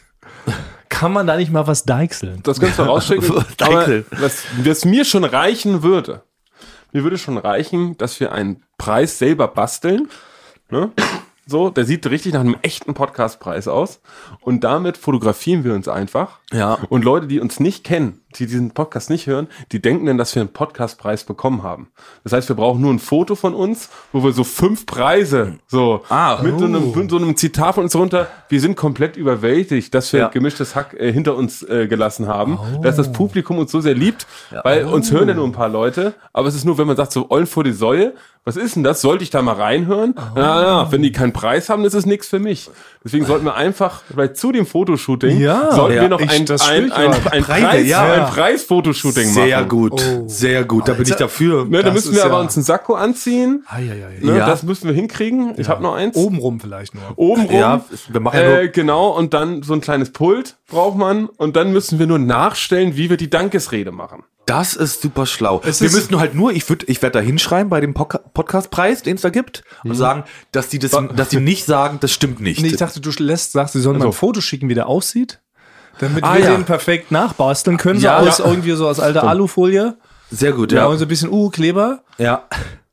Speaker 2: Kann man da nicht mal was deichseln?
Speaker 3: Das kannst du rausschicken. aber
Speaker 1: Deichel.
Speaker 3: was, was mir schon reichen würde, mir würde schon reichen, dass wir einen Preis selber basteln. Ne? So, der sieht richtig nach einem echten Podcastpreis aus. Und damit fotografieren wir uns einfach.
Speaker 1: Ja.
Speaker 3: Und Leute, die uns nicht kennen, die diesen Podcast nicht hören, die denken dann, dass wir einen Podcastpreis bekommen haben. Das heißt, wir brauchen nur ein Foto von uns, wo wir so fünf Preise so
Speaker 1: Ah,
Speaker 3: mit, so
Speaker 2: Oh.
Speaker 3: einem, mit so einem Zitat von uns runter. Wir sind komplett überwältigt, dass wir
Speaker 1: Ja.
Speaker 3: gemischtes Hack äh, hinter uns äh, gelassen haben,
Speaker 2: Oh.
Speaker 3: dass das Publikum uns so sehr liebt, weil uns hören ja nur ein paar Leute,
Speaker 2: Oh.
Speaker 3: aber es ist nur, wenn man sagt, so Eulen vor die Säue, was ist denn das? Sollte ich da mal reinhören? Na, na, wenn die kein Preis haben, ist es nichts für mich. Deswegen sollten wir einfach, vielleicht zu dem Fotoshooting,
Speaker 2: Ja.
Speaker 3: sollten
Speaker 1: Ja,
Speaker 3: wir noch
Speaker 2: ich-
Speaker 3: ein,
Speaker 2: das
Speaker 3: ein,
Speaker 2: spür
Speaker 3: ein,
Speaker 2: ich gerade.
Speaker 3: ein,
Speaker 1: Preise,
Speaker 3: Preis,
Speaker 1: ja.
Speaker 3: ein Preis-Fotoshooting machen.
Speaker 1: Sehr gut,
Speaker 2: Oh.
Speaker 1: sehr gut. Da bin ich
Speaker 2: Alter.
Speaker 1: dafür.
Speaker 3: Ne, da
Speaker 2: Das
Speaker 3: müssen
Speaker 2: ist
Speaker 3: wir aber
Speaker 2: ja-
Speaker 3: uns einen Sakko anziehen.
Speaker 2: Eieiei.
Speaker 3: Ne,
Speaker 1: Ja.
Speaker 3: Das müssen wir hinkriegen. Ich habe noch eins.
Speaker 2: Obenrum vielleicht nur.
Speaker 3: Oben rum.
Speaker 1: Ja, wir machen ja nur.
Speaker 3: Äh, genau, und dann so ein kleines Pult braucht man. Und dann müssen wir nur nachstellen, wie wir die Dankesrede machen.
Speaker 1: Das ist super schlau.
Speaker 2: Es
Speaker 1: wir
Speaker 2: ist-
Speaker 1: müssen halt nur, ich würde, ich werde da hinschreiben bei dem Podca- Podcastpreis, den es da gibt, und sagen, dass die das, dass die nicht sagen, das stimmt nicht.
Speaker 2: Nee, ich dachte, du lässt, sagst, sie sollen mal ein Foto schicken, wie der aussieht. Damit
Speaker 1: Also- Ah,
Speaker 2: wir
Speaker 1: ja.
Speaker 2: den perfekt nachbasteln können.
Speaker 1: Ja,
Speaker 2: so aus
Speaker 1: ja.
Speaker 2: irgendwie so aus alter Alufolie.
Speaker 1: Sehr gut,
Speaker 2: Ja.
Speaker 1: ja.
Speaker 2: Und so ein bisschen Uhu-Kleber.
Speaker 1: ja.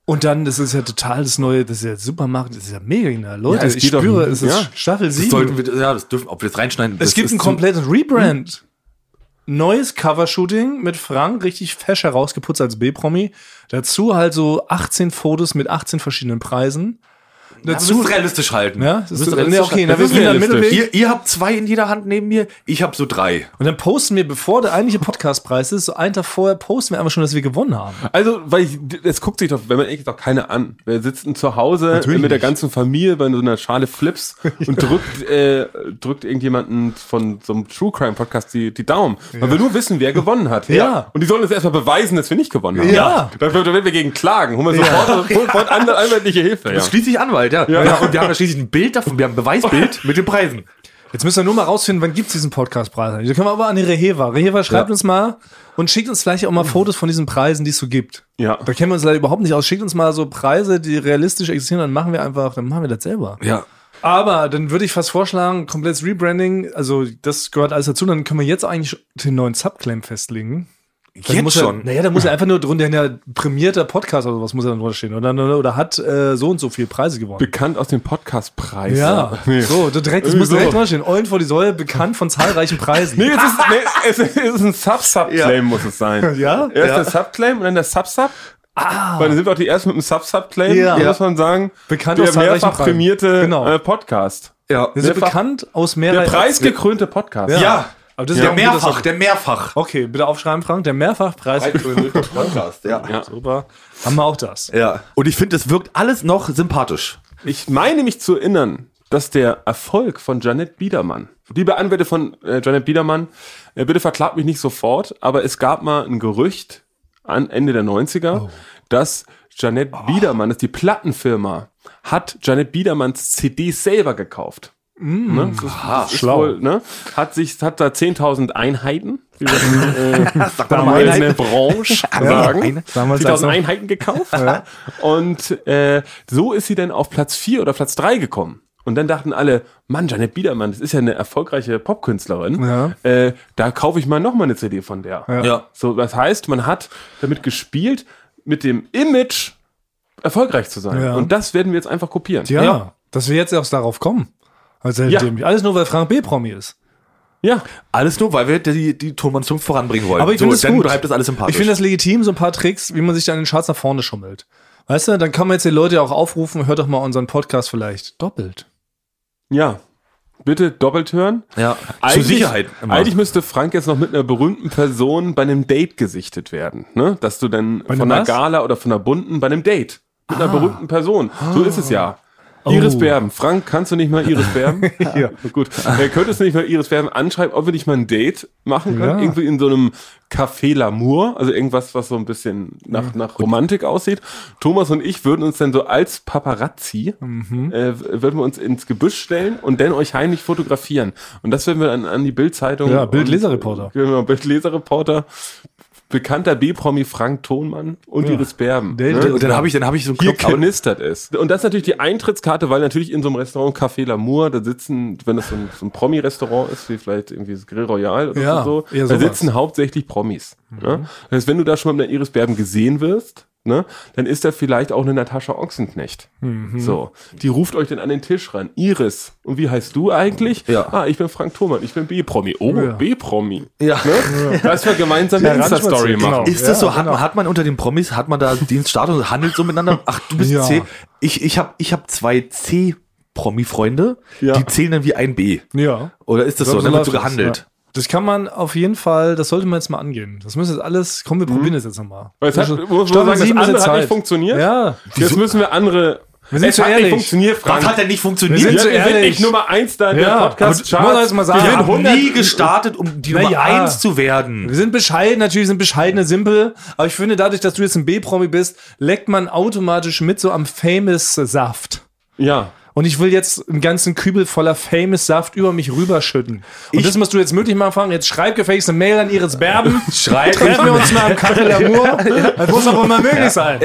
Speaker 2: Und dann, das ist ja total das neue, das ist ja Supermarkt, das ist ja mega genial. Leute,
Speaker 3: Ja, es
Speaker 2: ich
Speaker 3: geht doch-
Speaker 2: spüre, es ist
Speaker 3: ja.
Speaker 2: Staffel 7.
Speaker 1: Sollten wir, ja, das dürfen, ob wir es reinschneiden.
Speaker 2: es
Speaker 1: das
Speaker 2: gibt
Speaker 1: ist
Speaker 2: ein
Speaker 1: zu- Hm?
Speaker 2: komplettes Rebrand. Neues Covershooting mit Frank, richtig fesch herausgeputzt als B-Promi. Dazu halt so 18 Fotos mit 18 verschiedenen Preisen.
Speaker 1: Ja, wir müssen es realistisch halten.
Speaker 2: Ja, das ist
Speaker 1: müssen
Speaker 2: so-
Speaker 1: realistisch
Speaker 2: nee, okay,
Speaker 1: halten.
Speaker 2: na, wir
Speaker 3: Das ist
Speaker 2: sind dann
Speaker 3: realistisch.
Speaker 2: Mittelweg.
Speaker 1: ihr, ihr habt zwei in jeder Hand neben mir, ich habe so drei.
Speaker 2: Und dann posten wir, bevor der eigentliche Podcastpreis ist, so einen Tag vorher posten wir einfach schon, dass wir gewonnen haben.
Speaker 3: Also, weil ich, es guckt sich doch, wenn man ehrlich doch keiner an. Wir sitzen zu Hause mit der
Speaker 2: nicht.
Speaker 3: ganzen Familie bei so einer Schale Flips und drückt, äh, drückt irgendjemanden von so einem True Crime Podcast die, die Daumen. Man will nur wissen, wer gewonnen hat.
Speaker 2: Ja.
Speaker 3: Und die sollen uns erstmal beweisen, dass wir nicht gewonnen haben.
Speaker 2: Ja.
Speaker 3: Da wird, da werden wir gegen klagen. Holen wir sofort, sofort anwalt- anwaltliche Hilfe.
Speaker 1: Das
Speaker 3: ja.
Speaker 1: schließlich Anwalt, ja. ja. Und wir haben ja schließlich ein Bild davon, wir haben ein Beweisbild mit den Preisen.
Speaker 2: Jetzt müssen wir nur mal rausfinden, wann gibt es diesen Podcastpreis eigentlich. Da können wir aber an die Reheva. Reheva schreibt uns mal und schickt uns vielleicht auch mal Fotos von diesen Preisen, die es so gibt.
Speaker 3: Ja.
Speaker 2: Da kennen wir uns leider überhaupt nicht aus. Schickt uns mal so Preise, die realistisch existieren, dann machen wir einfach, dann machen wir das selber.
Speaker 1: Ja.
Speaker 2: Aber dann würde ich fast vorschlagen, komplettes Rebranding, also das gehört alles dazu, dann können wir jetzt eigentlich den neuen Subclaim festlegen. Dann
Speaker 1: Jetzt
Speaker 2: muss
Speaker 1: schon.
Speaker 2: Er, naja, da muss er einfach nur drunter, ja prämierter Podcast oder was muss er dann drunter stehen. Oder, oder, oder hat äh, so und so viel Preise gewonnen.
Speaker 3: Bekannt aus dem Podcastpreis.
Speaker 2: ja, so, da direkt, das
Speaker 3: Irgendwie
Speaker 2: muss
Speaker 3: so.
Speaker 2: direkt drunter stehen. Eulen vor die Säule, bekannt von zahlreichen Preisen.
Speaker 3: Nee, es ist, nee, es ist, es ist ein Sub-Sub-Claim, muss es sein.
Speaker 2: Ja?
Speaker 3: Erst der Sub-Claim und dann der Sub-Sub. Ah. Weil dann sind wir auch die ersten mit dem Sub-Sub-Claim,
Speaker 2: Ja.
Speaker 3: muss man sagen.
Speaker 2: Bekannt
Speaker 3: der
Speaker 2: aus zahlreichen
Speaker 3: mehrfach
Speaker 2: Preisen.
Speaker 3: prämierte
Speaker 2: Genau.
Speaker 3: äh, Podcast.
Speaker 1: Ja.
Speaker 2: Wir sind
Speaker 3: Mehrfach-
Speaker 2: bekannt aus
Speaker 3: Der
Speaker 2: mehreren.
Speaker 3: preisgekrönte Podcast.
Speaker 2: Ja.
Speaker 1: Ja.
Speaker 2: Aber das ist
Speaker 1: Der
Speaker 2: auch ein guter
Speaker 1: mehrfach,
Speaker 2: Satz.
Speaker 1: der mehrfach.
Speaker 2: Okay, bitte aufschreiben, Frank. Der Mehrfachpreis.
Speaker 1: Podcast, ja.
Speaker 2: Super. Haben wir auch das.
Speaker 1: Ja. Und ich finde, es wirkt alles noch sympathisch.
Speaker 3: Ich meine mich zu erinnern, dass der Erfolg von Janet Biedermann, liebe Anwälte von äh, Janet Biedermann, äh, bitte verklagt mich nicht sofort, aber es gab mal ein Gerücht an Ende der
Speaker 2: Oh.
Speaker 3: 90er, dass Janet Biedermann, dass die Plattenfirma, hat Janet Biedermanns CDs selber gekauft. Ne? Das, ist- das ist
Speaker 2: Mm. Ah, Schlau.
Speaker 3: Wohl, ne? Hat sich, hat da 10.000 Einheiten, wie wir äh,
Speaker 1: Sagt
Speaker 3: in der Branche sagen.
Speaker 2: Damals als
Speaker 3: 10.000
Speaker 2: noch,
Speaker 3: Einheiten gekauft. Und äh, so ist sie dann auf Platz 4 oder Platz 3 gekommen. Und dann dachten alle, Mann, Janet Biedermann, das ist ja eine erfolgreiche Popkünstlerin.
Speaker 2: Ja.
Speaker 3: Äh, da kaufe ich mal nochmal eine CD von der.
Speaker 1: Ja.
Speaker 3: So, das heißt, man hat damit gespielt, mit dem Image erfolgreich zu sein.
Speaker 2: Ja.
Speaker 3: Und das werden wir jetzt einfach kopieren.
Speaker 2: ja, dass wir jetzt erst darauf kommen. Also,
Speaker 3: Ja.
Speaker 2: dem- alles nur, weil Frank B. Promi ist.
Speaker 3: ja.
Speaker 1: Alles nur, weil wir die, die Tonmann Zunft voranbringen wollen.
Speaker 2: Aber ich finde es
Speaker 1: dann
Speaker 2: gut.
Speaker 1: bleibt das alles sympathisch.
Speaker 2: Ich finde das legitim, so ein paar Tricks, wie man sich dann in den Charts nach vorne schummelt. Weißt du, dann kann man jetzt die Leute auch aufrufen, hört doch mal unseren Podcast vielleicht doppelt.
Speaker 3: Ja. Bitte doppelt hören.
Speaker 1: ja.
Speaker 3: Eigentlich,
Speaker 1: Zur Sicherheit. immer.
Speaker 3: Eigentlich müsste Frank jetzt noch mit einer berühmten Person bei einem Date gesichtet werden, ne? Dass du dann
Speaker 2: einem
Speaker 3: von einer
Speaker 2: was? Ah.
Speaker 3: Gala oder von einer bunten bei einem Date mit einer berühmten Person. So ist es ja.
Speaker 2: Oh.
Speaker 3: Iris Berben. Frank, kannst du nicht mal Iris Berben? ja. Gut. Äh, könntest du nicht mal Iris Berben anschreiben, ob wir nicht mal ein Date machen können?
Speaker 2: Ja.
Speaker 3: Irgendwie in so einem Café Lamour, also irgendwas, was so ein bisschen nach, nach Romantik aussieht. Thomas und ich würden uns dann so als Paparazzi,
Speaker 2: Mhm.
Speaker 3: äh, würden wir uns ins Gebüsch stellen und dann euch heimlich fotografieren. Und das werden wir dann an die Bild-Zeitung.
Speaker 2: Ja,
Speaker 3: und-
Speaker 2: Bild-Leserreporter.
Speaker 3: Genau, Bild-Leserreporter. Bekannter B-Promi Frank Thonmann und Iris Berben.
Speaker 2: Der-
Speaker 3: ne?
Speaker 2: der-
Speaker 1: Und dann habe ich, dann habe ich so einen
Speaker 3: Hier
Speaker 1: Knopf. aber-
Speaker 3: knistert es. Und das ist natürlich die Eintrittskarte, weil natürlich in so einem Restaurant Café Lamour, da sitzen, wenn das so ein, so ein Promi-Restaurant ist, wie vielleicht irgendwie das Grill Royal oder
Speaker 2: Ja,
Speaker 3: so,
Speaker 2: eher
Speaker 3: da
Speaker 2: sowas.
Speaker 3: sitzen hauptsächlich Promis. Ne? Das heißt, wenn du da schon mal mit einer Iris Berben gesehen wirst, ne, dann ist da vielleicht auch eine Natascha Ochsenknecht. So. Die ruft euch dann an den Tisch ran. Iris. Und wie heißt du eigentlich?
Speaker 1: Ja.
Speaker 3: Ah, ich bin Frank Thoman, ich bin B-Promi. Oh,
Speaker 2: Ja.
Speaker 3: B-Promi.
Speaker 1: Ja.
Speaker 3: Ne? Lass mal gemeinsam
Speaker 2: Ja,
Speaker 3: eine Insta-Story
Speaker 2: Ranschmutz, genau.
Speaker 3: machen.
Speaker 1: Ist das so? Hat, man, hat man unter den Promis, hat man da Dienststatus, handelt so miteinander? Ach, du bist
Speaker 2: Ja.
Speaker 1: C. Ich, ich habe ich hab zwei C-Promi-Freunde,
Speaker 3: Ja.
Speaker 1: die zählen dann wie ein B.
Speaker 2: Ja.
Speaker 1: Oder ist das so?
Speaker 2: glaub,
Speaker 1: Dann wird so
Speaker 2: läuft das,
Speaker 1: gehandelt.
Speaker 2: ja. Das kann man auf jeden Fall, das sollte man jetzt mal angehen. Das müssen jetzt alles,
Speaker 1: Mhm.
Speaker 2: komm, wir probieren das jetzt nochmal.
Speaker 3: Weil es hat- muss man
Speaker 2: Also, Staffel
Speaker 3: sagen, das
Speaker 2: sieben ist
Speaker 3: andere
Speaker 2: jetzt
Speaker 3: hat nicht
Speaker 2: Zeit.
Speaker 3: funktioniert.
Speaker 2: Ja.
Speaker 3: Jetzt müssen wir andere.
Speaker 2: Wir sind
Speaker 3: es
Speaker 2: so
Speaker 3: hat
Speaker 2: ehrlich.
Speaker 3: nicht funktioniert, Frank.
Speaker 1: Was hat denn nicht
Speaker 2: Wir
Speaker 1: funktioniert?
Speaker 2: sind so
Speaker 3: wir sind
Speaker 2: ehrlich.
Speaker 3: echt Nummer eins da in
Speaker 2: Ja,
Speaker 3: der
Speaker 2: aber muss man
Speaker 3: Podcast-Charts.
Speaker 2: jetzt mal sagen,
Speaker 3: wir
Speaker 1: Wir
Speaker 3: sind
Speaker 1: haben
Speaker 3: 100
Speaker 1: nie gestartet, um die
Speaker 2: Na
Speaker 1: Nummer
Speaker 2: ja.
Speaker 1: eins zu werden.
Speaker 2: Wir sind bescheiden, natürlich sind bescheidene simpel, aber ich finde, dadurch, dass du jetzt ein B-Promi bist, leckt man automatisch mit so am Famous-Saft.
Speaker 3: Ja.
Speaker 2: Und ich will jetzt einen ganzen Kübel voller Famous-Saft über mich rüberschütten. Und das musst du jetzt möglich machen, Frank. Jetzt schreib gefälligst eine Mail an Iris Berben.
Speaker 1: Schreibt
Speaker 2: Treffen wir uns mal am Café Lamour. Das muss doch immer möglich sein.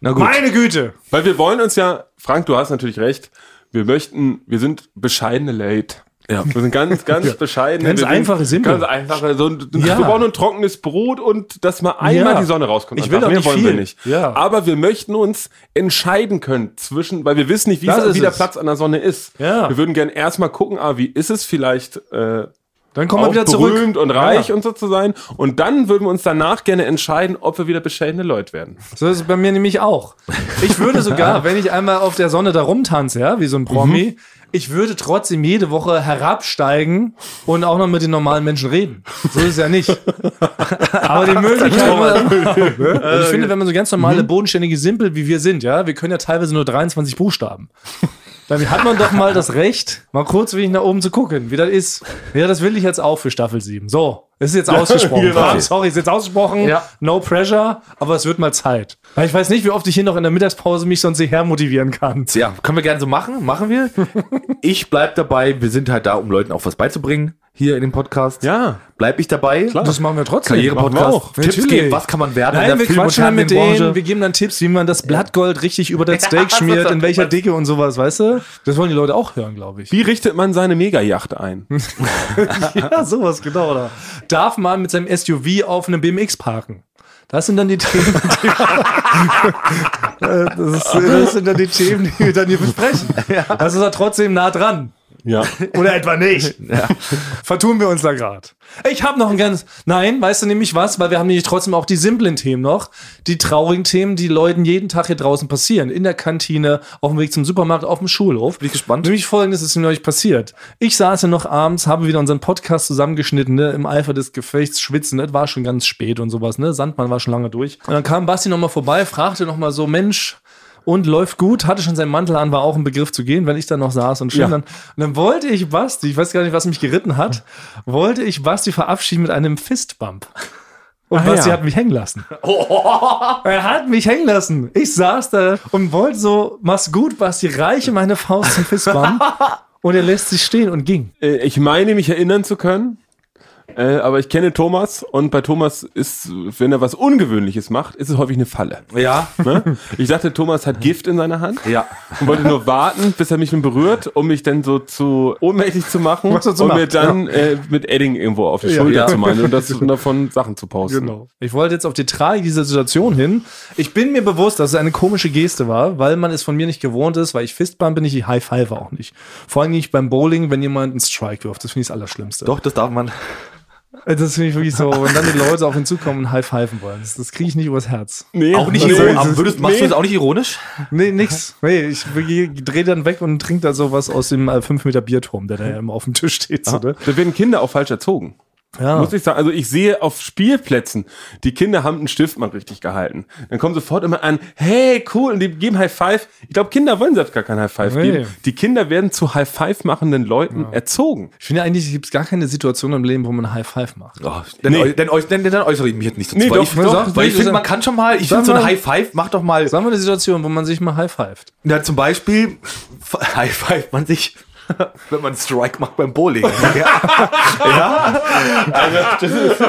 Speaker 1: Na gut.
Speaker 2: Meine Güte.
Speaker 3: Weil wir wollen uns ja, Frank, du hast natürlich recht, wir möchten, wir sind bescheidene Late.
Speaker 1: Ja.
Speaker 3: Wir sind ganz, ganz bescheidene.
Speaker 2: Ganz
Speaker 3: wir sind
Speaker 2: einfache, simpel.
Speaker 3: Ganz einfache. So ein,
Speaker 2: Ja.
Speaker 3: Wir wollen ein trockenes Brot und dass mal einmal
Speaker 2: Ja.
Speaker 3: die Sonne rauskommt.
Speaker 2: Ich
Speaker 3: am
Speaker 2: will
Speaker 3: Tag.
Speaker 2: doch
Speaker 3: Mehr
Speaker 2: nicht
Speaker 3: wollen wir
Speaker 2: viel.
Speaker 3: nicht.
Speaker 2: Ja.
Speaker 3: Aber wir möchten uns entscheiden können zwischen, weil wir wissen nicht, wie,
Speaker 2: Das
Speaker 3: es,
Speaker 2: ist
Speaker 3: wie der
Speaker 2: es.
Speaker 3: Platz an der Sonne ist.
Speaker 2: Ja.
Speaker 3: Wir würden gerne erstmal gucken, ah, wie ist es vielleicht, äh,
Speaker 2: Dann kommen wir
Speaker 3: auch
Speaker 2: wieder
Speaker 3: berühmt
Speaker 2: zurück.
Speaker 3: und reich
Speaker 2: Ja.
Speaker 3: und so zu sein. Und dann würden wir uns danach gerne entscheiden, ob wir wieder bescheidene Leute werden.
Speaker 2: So ist es bei mir nämlich auch. Ich würde sogar, wenn ich einmal auf der Sonne da rumtanze, ja, wie so
Speaker 3: Mhm.
Speaker 2: ein Promi, ich würde trotzdem jede Woche herabsteigen und auch noch mit den normalen Menschen reden. So ist es ja nicht. Aber die Möglichkeit. Also ich
Speaker 1: Äh,
Speaker 2: finde, wenn man so ganz
Speaker 1: Mhm.
Speaker 2: normale, bodenständige Simpel wie wir sind, ja, wir können ja teilweise nur 23 Buchstaben. Dann hat man doch mal das Recht, mal kurz wenig nach oben zu gucken, wie das ist. Ja, das will ich jetzt auch für Staffel 7. So, es ist jetzt ausgesprochen.
Speaker 3: genau.
Speaker 2: Frank, Sorry, es ist jetzt ausgesprochen.
Speaker 1: Ja.
Speaker 2: No pressure, aber es wird mal Zeit. Weil ich weiß nicht, wie oft ich hier noch in der Mittagspause mich sonst hierher motivieren kann.
Speaker 1: Ja, können wir gerne so machen. Machen wir. Ich bleib dabei. Wir sind halt da, um Leuten auch was beizubringen. Hier in dem Podcast.
Speaker 3: Ja.
Speaker 1: Bleib ich dabei. Klar.
Speaker 2: Das machen wir trotzdem.
Speaker 3: Machen wir
Speaker 1: Karriere-Podcast.
Speaker 3: auch.
Speaker 1: Tipps
Speaker 2: Natürlich.
Speaker 1: geben, was kann man werden
Speaker 2: Nein, wir quatschen dann mit denen,
Speaker 1: Fernsehbranche.
Speaker 2: wir geben dann Tipps, wie man das Blattgold richtig über das Steak
Speaker 1: Ja,
Speaker 2: schmiert,
Speaker 1: das-
Speaker 2: in welcher Dicke und sowas, weißt du? Das wollen die Leute auch hören, glaube ich.
Speaker 3: Wie richtet man seine Megajacht ein?
Speaker 2: Ja, sowas, genau. Oder? Darf man mit seinem SUV auf einem BMX parken? Das sind dann die Themen, die Äh, das, ist, das sind dann die Themen, die wir dann hier besprechen. Das ist ja trotzdem nah dran.
Speaker 3: Ja.
Speaker 2: Oder etwa nicht. Vertun wir uns da gerade. Ich habe noch ein ganz. Nein, weißt du nämlich was? Weil wir haben nämlich trotzdem auch die simplen Themen noch. Die traurigen Themen, die Leuten jeden Tag hier draußen passieren. In der Kantine, auf dem Weg zum Supermarkt, auf dem Schulhof.
Speaker 1: Bin ich gespannt.
Speaker 2: Nämlich folgendes ist mir neulich passiert. Ich saß ja noch abends, habe wieder unseren Podcast zusammengeschnitten, ne, im Eifer des Gefechts schwitzen. Das war schon ganz spät und sowas, ne? Sandmann war schon lange durch. Und dann kam Basti nochmal vorbei, fragte nochmal so: Mensch, und läuft gut, hatte schon seinen Mantel an, war auch ein Begriff zu gehen, wenn ich da noch saß und schön.
Speaker 3: Ja.
Speaker 2: Dann, und dann wollte ich Basti, ich weiß gar nicht, was mich geritten hat, wollte ich Basti verabschieden mit einem Fistbump. Und
Speaker 3: Ah,
Speaker 2: Basti
Speaker 3: ja.
Speaker 2: hat mich hängen lassen. Er hat mich hängen lassen. Ich saß da und wollte so, mach's gut, Basti, reiche meine Faust zum Fistbump. und er lässt sich stehen und ging.
Speaker 3: Äh, ich meine, mich erinnern zu können. Äh, aber ich kenne Thomas und bei Thomas ist, wenn er was Ungewöhnliches macht, ist es häufig eine Falle.
Speaker 1: Ja.
Speaker 3: Ne? Ich dachte, Thomas hat Gift in seiner Hand
Speaker 1: Ja.
Speaker 3: und wollte nur warten, bis er mich nun berührt, um mich dann so zu ohnmächtig zu machen
Speaker 2: Was er so
Speaker 3: und
Speaker 2: macht,
Speaker 3: mir dann äh, mit Edding irgendwo auf die Schulter
Speaker 1: Ja.
Speaker 3: zu meinen und das und davon Sachen zu posten.
Speaker 2: Genau. Ich wollte jetzt auf die Tragik dieser Situation hin. Ich bin mir bewusst, dass es eine komische Geste war, weil man es von mir nicht gewohnt ist, weil ich Fistbump bin, ich High Five auch nicht. Vor allem nicht beim Bowling, wenn jemand einen Strike wirft. Das finde ich das Allerschlimmste.
Speaker 1: Doch, das darf man.
Speaker 2: Das finde ich wirklich so. Und dann die Leute auf ihn zukommen und High Fiven wollen. Das, das kriege ich nicht übers Herz.
Speaker 3: Nee,
Speaker 1: Auch nicht
Speaker 3: nee,
Speaker 1: ironisch.
Speaker 3: das
Speaker 1: Aber
Speaker 3: ist-
Speaker 1: würdest, machst
Speaker 3: nee.
Speaker 1: du das auch nicht ironisch?
Speaker 2: Nee, nix. Nee, ich drehe dann weg und trinke da sowas aus dem äh, 5 Meter Bierturm, der da ja immer auf dem Tisch steht. So, ne?
Speaker 3: Da werden Kinder auch falsch erzogen.
Speaker 1: Ah.
Speaker 2: Ja.
Speaker 3: Muss ich sagen, also ich sehe auf Spielplätzen, die Kinder haben einen Stift mal richtig gehalten. Dann kommen sofort immer an, hey, cool, und die geben High Five. Ich glaube, Kinder wollen selbst gar kein High Five
Speaker 2: Nee.
Speaker 3: geben. Die Kinder werden zu High Five machenden Leuten erzogen.
Speaker 2: Ich finde eigentlich, es gibt gar keine Situation im Leben, wo man High Five macht.
Speaker 1: Oh, denn,
Speaker 3: Nee.
Speaker 1: äu- denn, äu- denn, denn äußere ich mich jetzt nicht dazu.
Speaker 3: Nee,
Speaker 1: weil
Speaker 3: doch,
Speaker 1: ich,
Speaker 3: doch,
Speaker 1: weil ich
Speaker 2: nee,
Speaker 1: finde,
Speaker 2: sag-
Speaker 1: man kann schon mal, ich
Speaker 2: sag
Speaker 1: finde so ein
Speaker 2: mal-
Speaker 1: High Five, mach doch mal.
Speaker 2: Sagen wir eine Situation, wo man sich mal High Fived.
Speaker 1: Na, zum Beispiel, f- High Five man sich, wenn man einen Strike macht beim Bowling. ja.
Speaker 2: Also,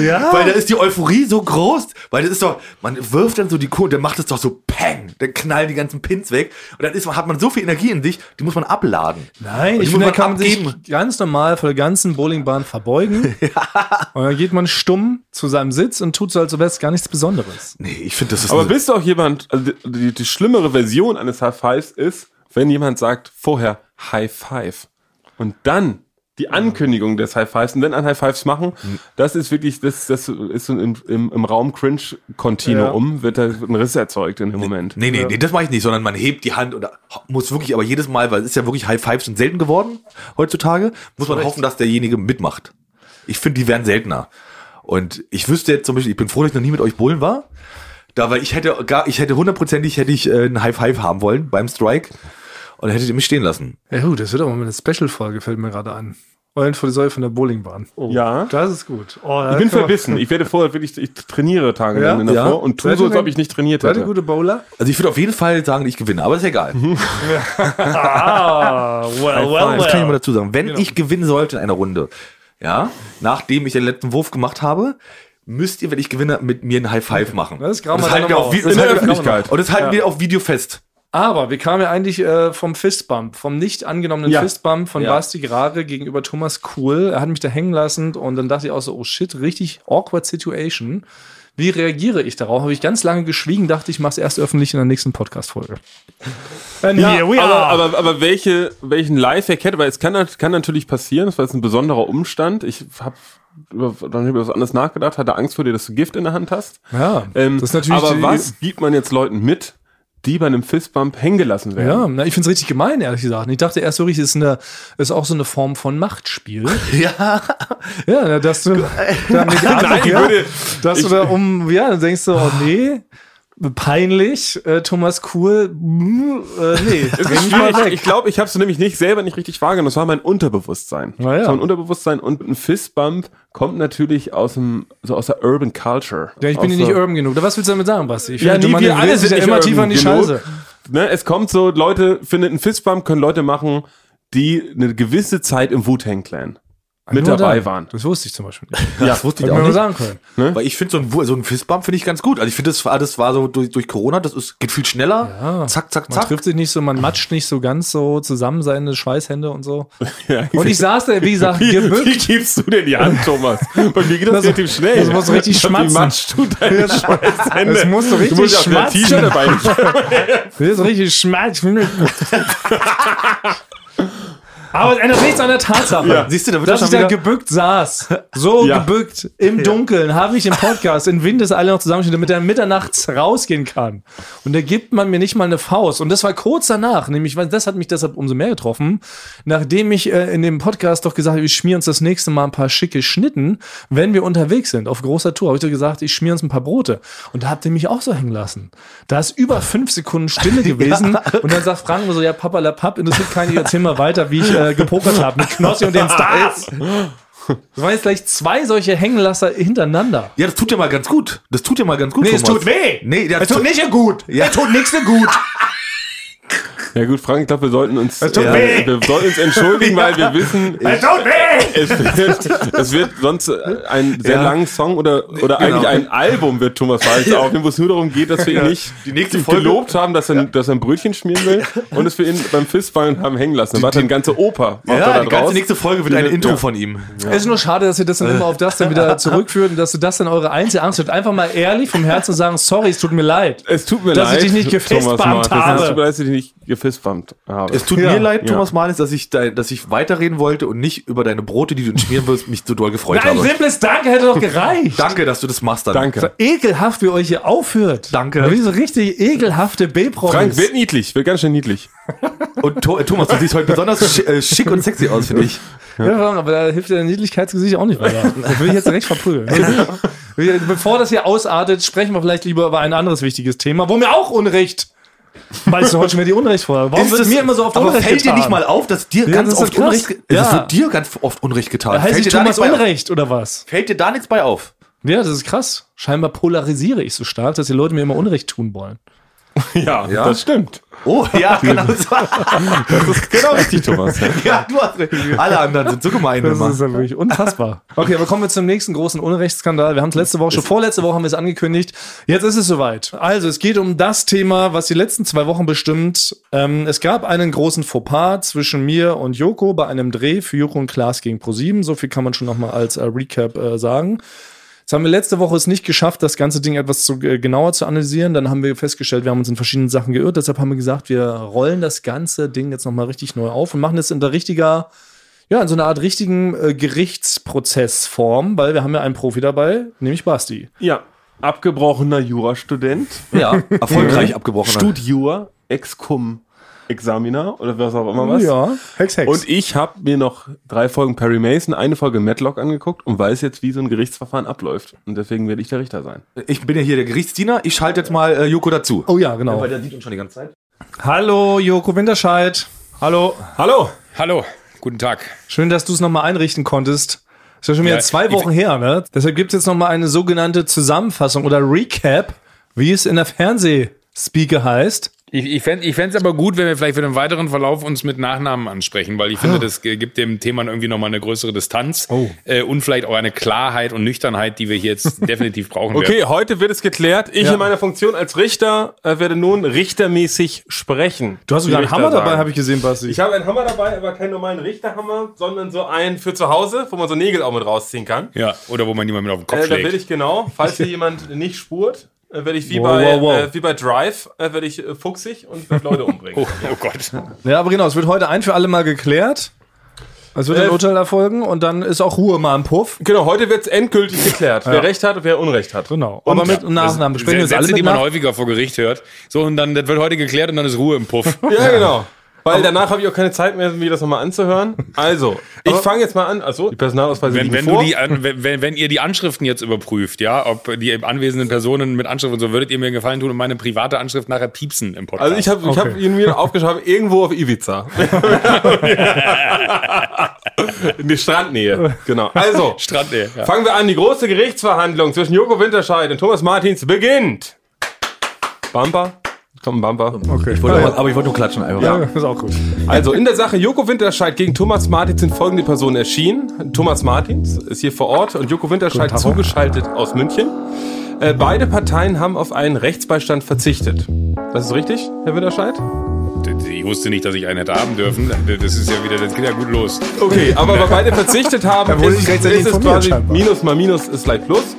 Speaker 2: Ja.
Speaker 1: Weil da ist die Euphorie so groß, weil das ist doch, man wirft dann so die Kohle, dann macht es doch so Peng, dann knallen die ganzen Pins weg und dann ist, man- hat man so viel Energie in sich, die muss man abladen.
Speaker 2: Nein,
Speaker 1: Und
Speaker 2: ich
Speaker 1: die
Speaker 2: finde, da
Speaker 1: muss
Speaker 2: kann
Speaker 1: man
Speaker 2: man sich
Speaker 1: abgeben.
Speaker 2: ganz normal vor der ganzen Bowlingbahn verbeugen. Und dann geht man stumm zu seinem Sitz und tut so, als wäre es gar nichts Besonderes.
Speaker 1: Nee, ich finde, das ist
Speaker 3: Aber
Speaker 1: eine-
Speaker 3: bist du auch jemand, also die, die, die schlimmere Version eines High Fives ist, wenn jemand sagt vorher High Five und dann die Ankündigung des High Fives und dann ein High Fives machen,
Speaker 1: Hm.
Speaker 3: das ist wirklich, das, das ist so im, im, im Raum Cringe-Kontinuum, wird da wird ein Riss erzeugt in dem Moment.
Speaker 1: Nee, nee, nee, das mache ich nicht, sondern man hebt die Hand und muss wirklich, aber jedes Mal, weil es ist ja wirklich High Fives sind selten geworden heutzutage, muss man hoffen, dass derjenige mitmacht. Ich finde, die werden seltener. Und ich wüsste jetzt zum Beispiel, ich bin froh, dass ich noch nie mit euch bowlen war. Da, weil ich hätte gar, ich hätte hundertprozentig hätte ich äh, einen High Five haben wollen beim Strike und hättet ihr mich stehen lassen.
Speaker 2: Ja, gut, das wird aber mal eine Special-Folge, fällt mir gerade an. Eulen vor die Säule von der Bowlingbahn. Oh,
Speaker 3: Ja.
Speaker 2: Das ist gut. Oh, da
Speaker 3: Ich bin
Speaker 2: kann man-
Speaker 3: verbissen. Ich werde vorher wirklich, ich trainiere tagelang
Speaker 2: Ja,
Speaker 3: in der
Speaker 1: ja.
Speaker 3: Vor und tue
Speaker 2: Seid
Speaker 3: so,
Speaker 2: ihr
Speaker 3: als
Speaker 2: denn-
Speaker 3: ob ich nicht trainiert
Speaker 2: Seid ihr
Speaker 3: hätte.
Speaker 2: gute Bowler?
Speaker 1: Also ich würde auf jeden Fall sagen, ich gewinne, aber ist egal.
Speaker 2: Ah, well, Genau.
Speaker 3: well,
Speaker 1: Das kann ich mal dazu sagen. Wenn ich gewinnen sollte in einer Runde, ja, nachdem ich den letzten Wurf gemacht habe, müsst ihr, wenn ich gewinne, mit mir einen High Five machen.
Speaker 2: Das graben
Speaker 1: Und
Speaker 2: wir
Speaker 1: halten
Speaker 2: dann
Speaker 1: wir
Speaker 2: noch
Speaker 1: auf, Vi-
Speaker 2: mal aus.
Speaker 1: das
Speaker 3: In der
Speaker 1: halten wir-
Speaker 3: Öffentlichkeit.
Speaker 1: Und das halten wir auf Video fest.
Speaker 2: Aber wir kamen ja eigentlich äh, vom Fistbump, vom nicht angenommenen
Speaker 3: Ja.
Speaker 2: Fistbump von
Speaker 1: Ja.
Speaker 2: Basti Grare gegenüber Thomas Kuhl. Er hat mich da hängen lassen und dann dachte ich auch so, oh shit, richtig awkward Situation. Wie reagiere ich darauf? Habe ich ganz lange geschwiegen, dachte ich, mach's erst öffentlich in der nächsten Podcast-Folge. And here we
Speaker 3: Äh, aber,
Speaker 2: are.
Speaker 3: aber, aber welche, welchen Lifehack hätte, weil es kann, nat- kann natürlich passieren, das war jetzt ein besonderer Umstand. Ich habe über, dann über was anderes nachgedacht, hatte Angst vor dir, dass du Gift in der Hand hast.
Speaker 2: ja,
Speaker 3: Ähm,
Speaker 2: das ist natürlich
Speaker 3: aber
Speaker 2: die-
Speaker 3: was gibt man jetzt Leuten mit, die bei einem Fistbump hängen gelassen werden?
Speaker 2: Ja, na, ich find's richtig gemein, ehrlich gesagt. Ich dachte erst wirklich, es ist, eine, ist auch so eine Form von Machtspiel.
Speaker 1: Ja.
Speaker 2: ja, na, dass du da mit
Speaker 3: Nein, ich
Speaker 2: ja,
Speaker 3: würde-
Speaker 2: dass du da um, ja, dann denkst du, oh nee, peinlich, äh, Thomas Kuhl, mm, äh, nee,
Speaker 3: Es
Speaker 2: bring
Speaker 3: ist
Speaker 2: mich mal
Speaker 3: schwierig. Ich
Speaker 2: weg.
Speaker 3: glaube, ich habe es nämlich nicht selber nicht richtig wahrgenommen. Das war mein Unterbewusstsein.
Speaker 2: Na ja.
Speaker 3: Das war mein Unterbewusstsein und ein Fistbump kommt natürlich aus dem so aus der Urban Culture.
Speaker 2: Ja, ich
Speaker 3: aus
Speaker 2: bin dir
Speaker 3: der-
Speaker 2: nicht urban genug. Oder was willst du damit sagen, Basti? Ich
Speaker 3: Ja,
Speaker 2: finde,
Speaker 3: nee,
Speaker 2: man
Speaker 3: wir alle
Speaker 2: wirft sich
Speaker 3: sind
Speaker 2: ja
Speaker 3: nicht
Speaker 2: immer tiefer in die
Speaker 3: urban
Speaker 2: Scheiße.
Speaker 3: Ne, es kommt so Leute finden einen Fistbump können Leute machen, die eine gewisse Zeit im Wu Tang Clan mit
Speaker 2: Nur
Speaker 3: dabei
Speaker 2: da.
Speaker 3: waren.
Speaker 2: Das wusste ich zum Beispiel nicht. Ne? Hätte
Speaker 1: Das wusste ich
Speaker 2: man
Speaker 1: auch
Speaker 2: mal
Speaker 1: nicht.
Speaker 2: sagen können.
Speaker 1: Weil ich finde so ein, Wu- so ein Fistbump finde ich ganz gut. Also ich finde das, war- das war so durch, durch Corona, das ist, geht viel schneller.
Speaker 2: Ja.
Speaker 1: Zack, zack,
Speaker 2: Man
Speaker 1: zack.
Speaker 2: trifft sich nicht so, man matscht nicht so ganz so zusammen seine Schweißhände und so.
Speaker 3: Ja,
Speaker 2: Und ich saß da, wie gesagt,
Speaker 3: wie,
Speaker 2: gebückt.
Speaker 3: wie gibst du denn die Hand, Thomas? Bei mir geht das,
Speaker 2: Das-
Speaker 3: relativ schnell.
Speaker 2: das muss richtig
Speaker 3: Wie
Speaker 2: schmatzen.
Speaker 3: matschst du deine Scheißhände?
Speaker 2: das musst du richtig
Speaker 3: ja auch wieder ein
Speaker 2: schmatzen.
Speaker 3: T-Shirt dabei
Speaker 2: Das ist richtig schmalz. Aber es ändert nichts an der Tatsache.
Speaker 3: Ja.
Speaker 1: Siehst du, da wird
Speaker 2: dass
Speaker 1: das
Speaker 2: ich
Speaker 1: schon
Speaker 2: da
Speaker 1: wieder-
Speaker 2: gebückt saß, so
Speaker 3: Ja.
Speaker 2: gebückt im Dunkeln, habe ich den Podcast in Windeseile noch zusammengestellt, damit er mitternachts rausgehen kann. Und da gibt man mir nicht mal eine Faust. Und das war kurz danach, nämlich, weil das hat mich deshalb umso mehr getroffen, nachdem ich äh, in dem Podcast doch gesagt habe, ich schmier uns das nächste Mal ein paar schicke Schnitten, wenn wir unterwegs sind, auf großer Tour, habe ich doch gesagt, ich schmier uns ein paar Brote. Und da habt ihr mich auch so hängen lassen. Da ist über fünf Sekunden Stille gewesen und dann sagt Frank mir so, ja, Papa la Papp, interessiert keinen, erzähl mal weiter, wie ich äh, gepokert habe mit Knossi und den Stars. Das waren jetzt gleich zwei solche Hängenlasser hintereinander.
Speaker 1: Ja, das tut ja mal ganz gut. Das tut ja mal ganz gut.
Speaker 2: Nee, es tut weh.
Speaker 1: Nee, das tut
Speaker 2: nicht gut.
Speaker 1: Ja.
Speaker 2: tut nichts so gut.
Speaker 3: Ja gut, Frank, ich glaube, wir sollten uns, äh,
Speaker 2: tut weh.
Speaker 3: wir sollten uns entschuldigen, weil wir wissen,
Speaker 2: Es tut weh.
Speaker 3: es wird, es wird sonst äh, ein sehr
Speaker 1: Ja.
Speaker 3: langen Song oder, oder eigentlich ein Album wird Thomas Walz aufnehmen, wo es nur darum geht, dass wir ihn nicht
Speaker 1: Die nächste Folge-
Speaker 3: gelobt haben, dass er, dass er ein Brötchen schmieren will und dass wir ihn beim Fistballen haben hängen lassen. Dann war eine ganze Oper. macht er
Speaker 1: Ja,
Speaker 3: da
Speaker 1: die ganze
Speaker 3: draus.
Speaker 1: nächste Folge wird ein
Speaker 3: Ja.
Speaker 1: Intro von ihm.
Speaker 2: Ist nur schade, dass ihr das dann immer auf das dann wieder zurückführt und dass du das dann eure einzige Angst wird. Einfach mal ehrlich vom Herzen sagen, sorry, es tut mir leid.
Speaker 3: Es tut mir
Speaker 2: Dass ich
Speaker 3: leid,
Speaker 2: dich nicht gefistbumpt
Speaker 3: Thomas Markus.
Speaker 2: habe.
Speaker 3: Es tut mir leid, dass ich dich nicht gefistbumpt habe.
Speaker 1: Es tut
Speaker 2: Ja.
Speaker 1: mir leid,
Speaker 3: Ja.
Speaker 1: Thomas Mahnes, dass ich, dein, dass ich weiterreden wollte und nicht über deine Brote, die du uns schmieren wirst, mich so doll gefreut
Speaker 2: Ein
Speaker 1: habe.
Speaker 2: simples Danke hätte doch gereicht.
Speaker 1: Danke, dass du das machst dann.
Speaker 3: Danke.
Speaker 2: Ekelhaft, wie ihr euch hier aufhört.
Speaker 1: Danke.
Speaker 2: Wie so richtig ekelhafte
Speaker 3: Frank,
Speaker 2: B-Promis.
Speaker 3: wird niedlich, wird ganz schön niedlich.
Speaker 1: Und Tho- äh, Thomas, du siehst heute besonders schi- äh, schick und sexy aus, finde ich.
Speaker 2: Ja, warum? aber da hilft der Niedlichkeitsgesicht auch nicht weiter. Das will ich jetzt direkt verprügeln. Wir- Bevor das hier ausartet, sprechen wir vielleicht lieber über ein anderes wichtiges Thema, wo mir auch Unrecht. Weißt du, heute schon wieder die Unrechtfolge. Warum wird mir immer so oft
Speaker 1: aber
Speaker 2: Unrecht
Speaker 1: fällt
Speaker 2: getan?
Speaker 1: dir nicht mal auf, dass dir ganz
Speaker 2: das ist
Speaker 1: oft
Speaker 2: so krass.
Speaker 1: Unrecht, ge-
Speaker 2: Ja.
Speaker 1: es wird dir ganz oft Unrecht getan.
Speaker 2: da heißt
Speaker 1: fällt,
Speaker 2: ich
Speaker 1: dir da
Speaker 2: Thomas
Speaker 1: nichts bei auf?
Speaker 2: Unrecht oder was?
Speaker 1: fällt dir da nichts bei auf?
Speaker 2: Ja, das ist krass. Scheinbar polarisiere ich so stark, dass die Leute mir immer Unrecht tun wollen.
Speaker 3: Ja, das stimmt.
Speaker 1: Oh, ja, genau. Das war,
Speaker 3: Das ist genau richtig, Thomas.
Speaker 1: ja, du hast recht. Alle anderen sind so gemein
Speaker 2: Das
Speaker 1: immer.
Speaker 2: ist ja wirklich unfassbar. Okay, aber kommen wir zum nächsten großen Unrechtsskandal. Wir haben es letzte Woche schon, vorletzte Woche haben wir es angekündigt. Jetzt ist es soweit. Also, es geht um das Thema, was die letzten zwei Wochen bestimmt. Ähm, es gab einen großen Fauxpas zwischen mir und Joko bei einem Dreh für Joko und Klaas gegen ProSieben. So viel kann man schon nochmal als äh, Recap äh, sagen. Jetzt haben wir letzte Woche es nicht geschafft, das ganze Ding etwas zu, äh, genauer zu analysieren. Dann haben wir festgestellt, wir haben uns in verschiedenen Sachen geirrt. Deshalb haben wir gesagt, wir rollen das ganze Ding jetzt nochmal richtig neu auf und machen es in der richtiger ja, in so einer Art richtigen äh, Gerichtsprozessform, weil wir haben ja einen Profi dabei, nämlich Basti.
Speaker 3: Ja, abgebrochener Jurastudent,
Speaker 1: Ja, erfolgreich abgebrochen.
Speaker 3: Studiur, Mhm. Ex-Cum. Examiner oder was auch immer was.
Speaker 2: Ja, Hex, Hex.
Speaker 3: Und ich habe mir noch drei Folgen Perry Mason, eine Folge Matlock angeguckt und weiß jetzt, wie so ein Gerichtsverfahren abläuft. Und deswegen werde ich der Richter sein.
Speaker 1: Ich bin ja hier der Gerichtsdiener. Ich schalte jetzt mal äh, Joko dazu.
Speaker 2: oh ja, genau.
Speaker 1: Weil der sieht uns schon die ganze Zeit.
Speaker 2: Hallo, Joko Winterscheid. Hallo.
Speaker 3: Hallo!
Speaker 4: Hallo, guten Tag.
Speaker 2: Schön, dass du es nochmal einrichten konntest. Ist ja schon wieder
Speaker 4: Ja,
Speaker 2: zwei
Speaker 4: ich-
Speaker 2: Wochen her, ne? Deshalb gibt es jetzt nochmal eine sogenannte Zusammenfassung oder Recap, wie es in der Fernsehspeaker heißt.
Speaker 4: Ich, ich fände ich fänd's aber gut, wenn wir vielleicht für den weiteren Verlauf uns mit Nachnamen ansprechen, weil ich
Speaker 3: Ah.
Speaker 4: finde, das äh, gibt dem Thema irgendwie nochmal eine größere Distanz
Speaker 3: Oh.
Speaker 4: äh, und vielleicht auch eine Klarheit und Nüchternheit, die wir hier jetzt definitiv brauchen werden.
Speaker 3: Okay, heute wird es geklärt. Ich in meiner Funktion als Richter äh, werde nun richtermäßig sprechen.
Speaker 2: Du hast sogar einen Hammer dabei, habe ich gesehen, Basti.
Speaker 3: Ich habe einen Hammer dabei, aber keinen normalen Richterhammer, sondern so einen für zu Hause, wo man so Nägel auch mit rausziehen kann.
Speaker 4: Ja, oder wo man jemanden auf den Kopf
Speaker 3: Äh, da
Speaker 4: schlägt.
Speaker 3: werde ich genau, falls hier jemand nicht spurt, äh, werde ich wie
Speaker 2: Wow,
Speaker 3: bei
Speaker 2: wow, wow.
Speaker 3: Äh, wie bei Drive äh, werde ich äh, fuchsig und werde Leute umbringen.
Speaker 4: Oh, oh Gott.
Speaker 2: ja, aber genau, es wird heute ein für alle mal geklärt. Es wird
Speaker 3: Äh,
Speaker 2: ein Urteil erfolgen und dann ist auch Ruhe mal im Puff.
Speaker 3: Genau, heute wird es endgültig geklärt, wer Recht hat und wer Unrecht hat.
Speaker 2: Genau. Aber mit Nachnamen. Besprechen wir jetzt
Speaker 4: Sätze,
Speaker 2: alle
Speaker 4: Also, die
Speaker 2: mit
Speaker 4: man
Speaker 2: nach?
Speaker 4: häufiger vor Gericht hört. So, und dann das wird heute geklärt und dann ist Ruhe im Puff.
Speaker 3: Ja, genau. Weil danach habe ich auch keine Zeit mehr, mir das nochmal anzuhören. Also, ich fange jetzt mal an. Also, die Personalausweise
Speaker 4: Wenn,
Speaker 3: liegen
Speaker 4: wenn,
Speaker 3: vor.
Speaker 4: du die, an- wenn, wenn- wenn ihr die Anschriften jetzt überprüft, ja, ob die anwesenden Personen mit Anschrift und so, würdet ihr mir einen Gefallen tun und meine private Anschrift nachher piepsen im Podcast.
Speaker 3: also ich habe ich hab
Speaker 2: Okay.
Speaker 3: ihn mir aufgeschrieben, irgendwo auf Ibiza. In die Strandnähe. Genau. Also,
Speaker 4: Strand, ey, ja.
Speaker 3: fangen wir an. Die große Gerichtsverhandlung zwischen Joko Winterscheid und Thomas Martins beginnt. Bumper. Kommt ein Bumper.
Speaker 1: Ich wollte aber, aber ich wollte nur klatschen einfach.
Speaker 2: Ja, ist auch gut.
Speaker 3: Also in der Sache Joko Winterscheid gegen Thomas Martins sind folgende Personen erschienen. Thomas Martins ist hier vor Ort und Joko Winterscheid zugeschaltet aus München. Äh, beide Parteien haben auf einen Rechtsbeistand verzichtet. Das ist richtig, Herr Winterscheid?
Speaker 4: Ich wusste nicht, dass ich einen hätte haben dürfen. Das ist ja wieder, das geht ja gut los.
Speaker 3: Okay, aber weil beide verzichtet haben,
Speaker 2: wurde
Speaker 3: ist,
Speaker 2: nicht
Speaker 3: es-
Speaker 2: rechtzeitig
Speaker 3: ist es
Speaker 2: informiert,
Speaker 3: quasi
Speaker 2: scheinbar.
Speaker 3: Minus mal Minus ist gleich Plus.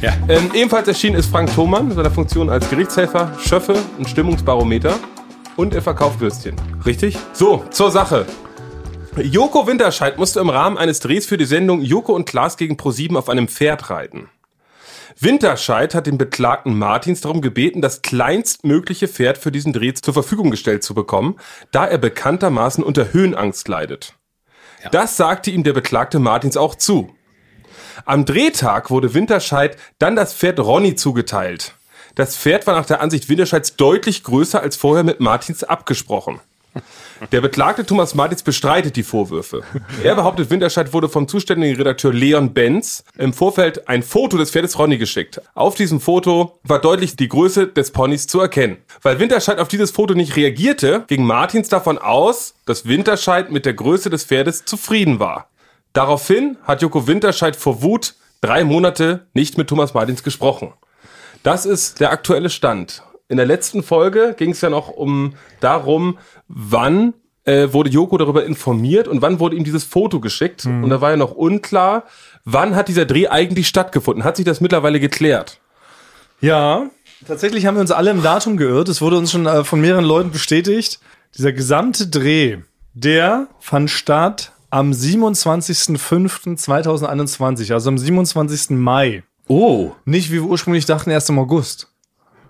Speaker 4: Ja.
Speaker 3: Ähm, ebenfalls erschienen ist Frank Thomann in seiner Funktion als Gerichtshelfer, Schöffe, ein Stimmungsbarometer und er verkauft Würstchen.
Speaker 1: Richtig?
Speaker 3: So, zur Sache. Joko Winterscheid musste im Rahmen eines Drehs für die Sendung Joko und Klaas gegen ProSieben auf einem Pferd reiten. Winterscheid hat den beklagten Martins darum gebeten, das kleinstmögliche Pferd für diesen Dreh zur Verfügung gestellt zu bekommen, da er bekanntermaßen unter Höhenangst leidet. Das sagte ihm der beklagte Martins auch zu. Am Drehtag wurde Winterscheid dann das Pferd Ronny zugeteilt. Das Pferd war nach der Ansicht Winterscheids deutlich größer als vorher mit Martins abgesprochen. Der beklagte Thomas Martins bestreitet die Vorwürfe. Er behauptet, Winterscheid wurde vom zuständigen Redakteur Leon Benz im Vorfeld ein Foto des Pferdes Ronny geschickt. Auf diesem Foto war deutlich die Größe des Ponys zu erkennen. Weil Winterscheid auf dieses Foto nicht reagierte, ging Martins davon aus, dass Winterscheid mit der Größe des Pferdes zufrieden war. Daraufhin hat Joko Winterscheid vor Wut drei Monate nicht mit Thomas Martins gesprochen. Das ist der aktuelle Stand. In der letzten Folge ging es ja noch um darum, wann äh, wurde Joko darüber informiert und wann wurde ihm dieses Foto geschickt. Und da war ja noch unklar, wann hat dieser Dreh eigentlich stattgefunden. Hat sich das mittlerweile geklärt?
Speaker 2: Ja, tatsächlich haben wir uns alle im Datum geirrt. Es wurde uns schon äh, von mehreren Leuten bestätigt. Dieser gesamte Dreh, der fand statt am 27.05.2021, also am 27. Mai.
Speaker 1: Oh.
Speaker 2: Nicht, wie wir ursprünglich dachten, erst im August.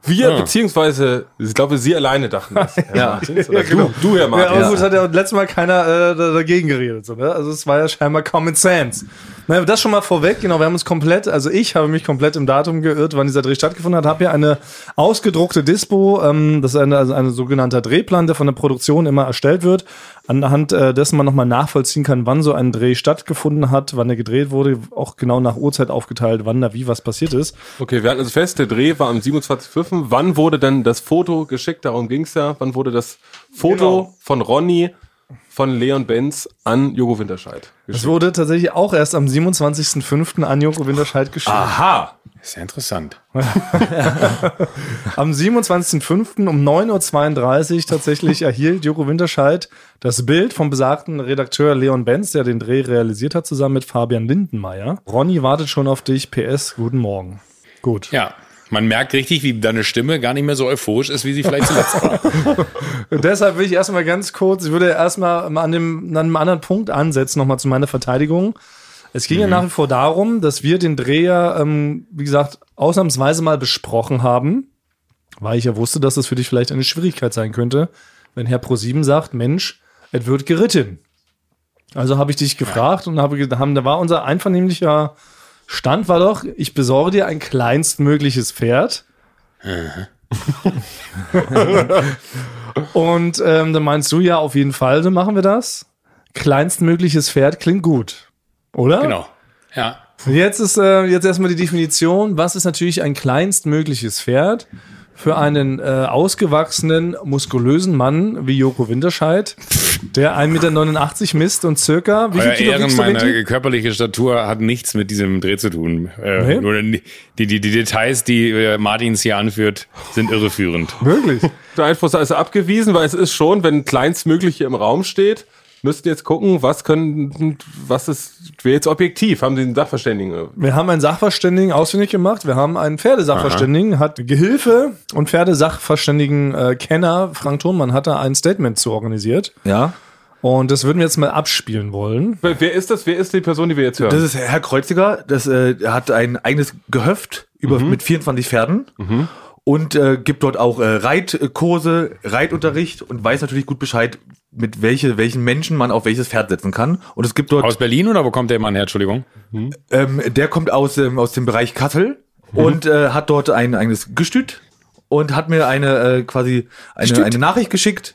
Speaker 3: Wir, beziehungsweise, ich glaube, Sie alleine dachten das. Herr
Speaker 1: Ja.
Speaker 3: Martins, oder du, du, Herr
Speaker 2: Ja, also-
Speaker 3: Martins.
Speaker 2: aber gut, hat ja letztes Mal keiner äh, da- dagegen geredet. So, ne? Also es war ja scheinbar Common Sense. Naja, das schon mal vorweg, genau, wir haben uns komplett, also ich habe mich komplett im Datum geirrt, wann dieser Dreh stattgefunden hat. Hab hier eine ausgedruckte Dispo, ähm, das ist eine, also ein sogenannter Drehplan, der von der Produktion immer erstellt wird, anhand äh, dessen man nochmal nachvollziehen kann, wann so ein Dreh stattgefunden hat, wann er gedreht wurde, auch genau nach Uhrzeit aufgeteilt, wann da wie was passiert ist.
Speaker 3: Okay, wir hatten also fest, der Dreh war am 27.05. Wann wurde denn das Foto geschickt? Darum ging's ja. Wann wurde das Foto
Speaker 2: Genau.
Speaker 3: von Ronny, von Leon Benz an Jogo Winterscheid geschickt?
Speaker 2: Es wurde tatsächlich auch erst am 27.05. an Joko Winterscheid geschickt.
Speaker 3: Aha!
Speaker 4: Ist ja interessant.
Speaker 2: Am 27.05. um 9.32 Uhr tatsächlich erhielt Joko Winterscheid das Bild vom besagten Redakteur Leon Benz, der den Dreh realisiert hat, zusammen mit Fabian Lindenmeier. Ronny wartet schon auf dich. PS, guten Morgen. Gut.
Speaker 4: Ja. Man merkt richtig, wie deine Stimme gar nicht mehr so euphorisch ist, wie sie vielleicht zuletzt war.
Speaker 2: Und deshalb will ich erstmal ganz kurz, ich würde erstmal mal an, dem, an einem anderen Punkt ansetzen, nochmal zu meiner Verteidigung. Es ging ja nach wie vor darum, dass wir den Dreher, ähm, wie gesagt, ausnahmsweise mal besprochen haben, weil ich ja wusste, dass das für dich vielleicht eine Schwierigkeit sein könnte, wenn Herr ProSieben sagt, Mensch, es wird geritten. Also habe ich dich gefragt und habe, ge- haben, da war unser einvernehmlicher Stand war doch, ich besorge dir ein kleinstmögliches Pferd. und ähm, dann meinst du ja auf jeden Fall, dann machen wir das. Kleinstmögliches Pferd klingt gut, oder?
Speaker 4: Genau. Ja.
Speaker 2: Jetzt ist äh, jetzt erstmal die Definition. Was ist natürlich ein kleinstmögliches Pferd für einen äh, ausgewachsenen, muskulösen Mann wie Joko Winterscheid, der 1,89 Meter misst und circa wie viel
Speaker 4: Euer äh,
Speaker 2: Kilo
Speaker 4: Ehren,
Speaker 2: wiegst du, Vinti?
Speaker 4: meine körperliche Statur hat nichts mit diesem Dreh zu tun. Äh,
Speaker 2: Nee?
Speaker 4: Nur die, die, die Details, die äh, Martins hier anführt, sind irreführend.
Speaker 2: Wirklich?
Speaker 3: Der Einfluss ist abgewiesen, weil es ist schon, wenn kleinstmögliche im Raum steht, müssten jetzt gucken, was können, was ist, wäre jetzt objektiv, haben sie einen Sachverständigen.
Speaker 2: Wir haben einen Sachverständigen ausfindig gemacht. Wir haben einen Pferdesachverständigen, hat Gehilfe und Pferdesachverständigen äh, Kenner Frank Thonmann hat da ein Statement zu organisiert.
Speaker 1: Ja.
Speaker 2: Und das würden wir jetzt mal abspielen wollen.
Speaker 3: Wer wer ist das? Wer ist die Person, die wir jetzt hören?
Speaker 1: Das ist Herr Kreuziger, das äh, er hat ein eigenes Gehöft über, mit 24 Pferden und äh, gibt dort auch äh, Reitkurse, Reitunterricht und weiß natürlich gut Bescheid, mit welche, welchen Menschen man auf welches Pferd setzen kann. Und es gibt dort
Speaker 4: Aus Berlin oder wo kommt der Mann her? Entschuldigung.
Speaker 1: Ähm, der kommt aus, ähm, aus dem Bereich Kassel
Speaker 4: Mhm.
Speaker 1: und äh, hat dort ein eigenes Gestüt und hat mir eine äh, quasi eine, eine Nachricht geschickt,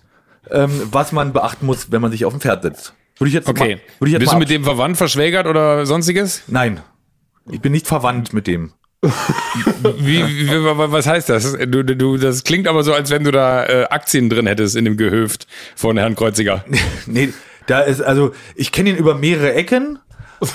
Speaker 1: ähm, was man beachten muss, wenn man sich auf ein Pferd setzt. Würde ich jetzt
Speaker 4: Okay.
Speaker 1: mal, würde ich jetzt
Speaker 4: Bist du
Speaker 1: mal
Speaker 4: mit dem verwandt, verschwägert oder sonstiges?
Speaker 1: absch- Nein. Ich bin nicht verwandt mit dem.
Speaker 4: Wie, wie, wa- wa- was heißt das? Du, du- du, das klingt aber so, als wenn du da äh, Aktien drin hättest in dem Gehöft von Herrn Kreuziger.
Speaker 1: nee, da ist also ich kenne ihn über mehrere Ecken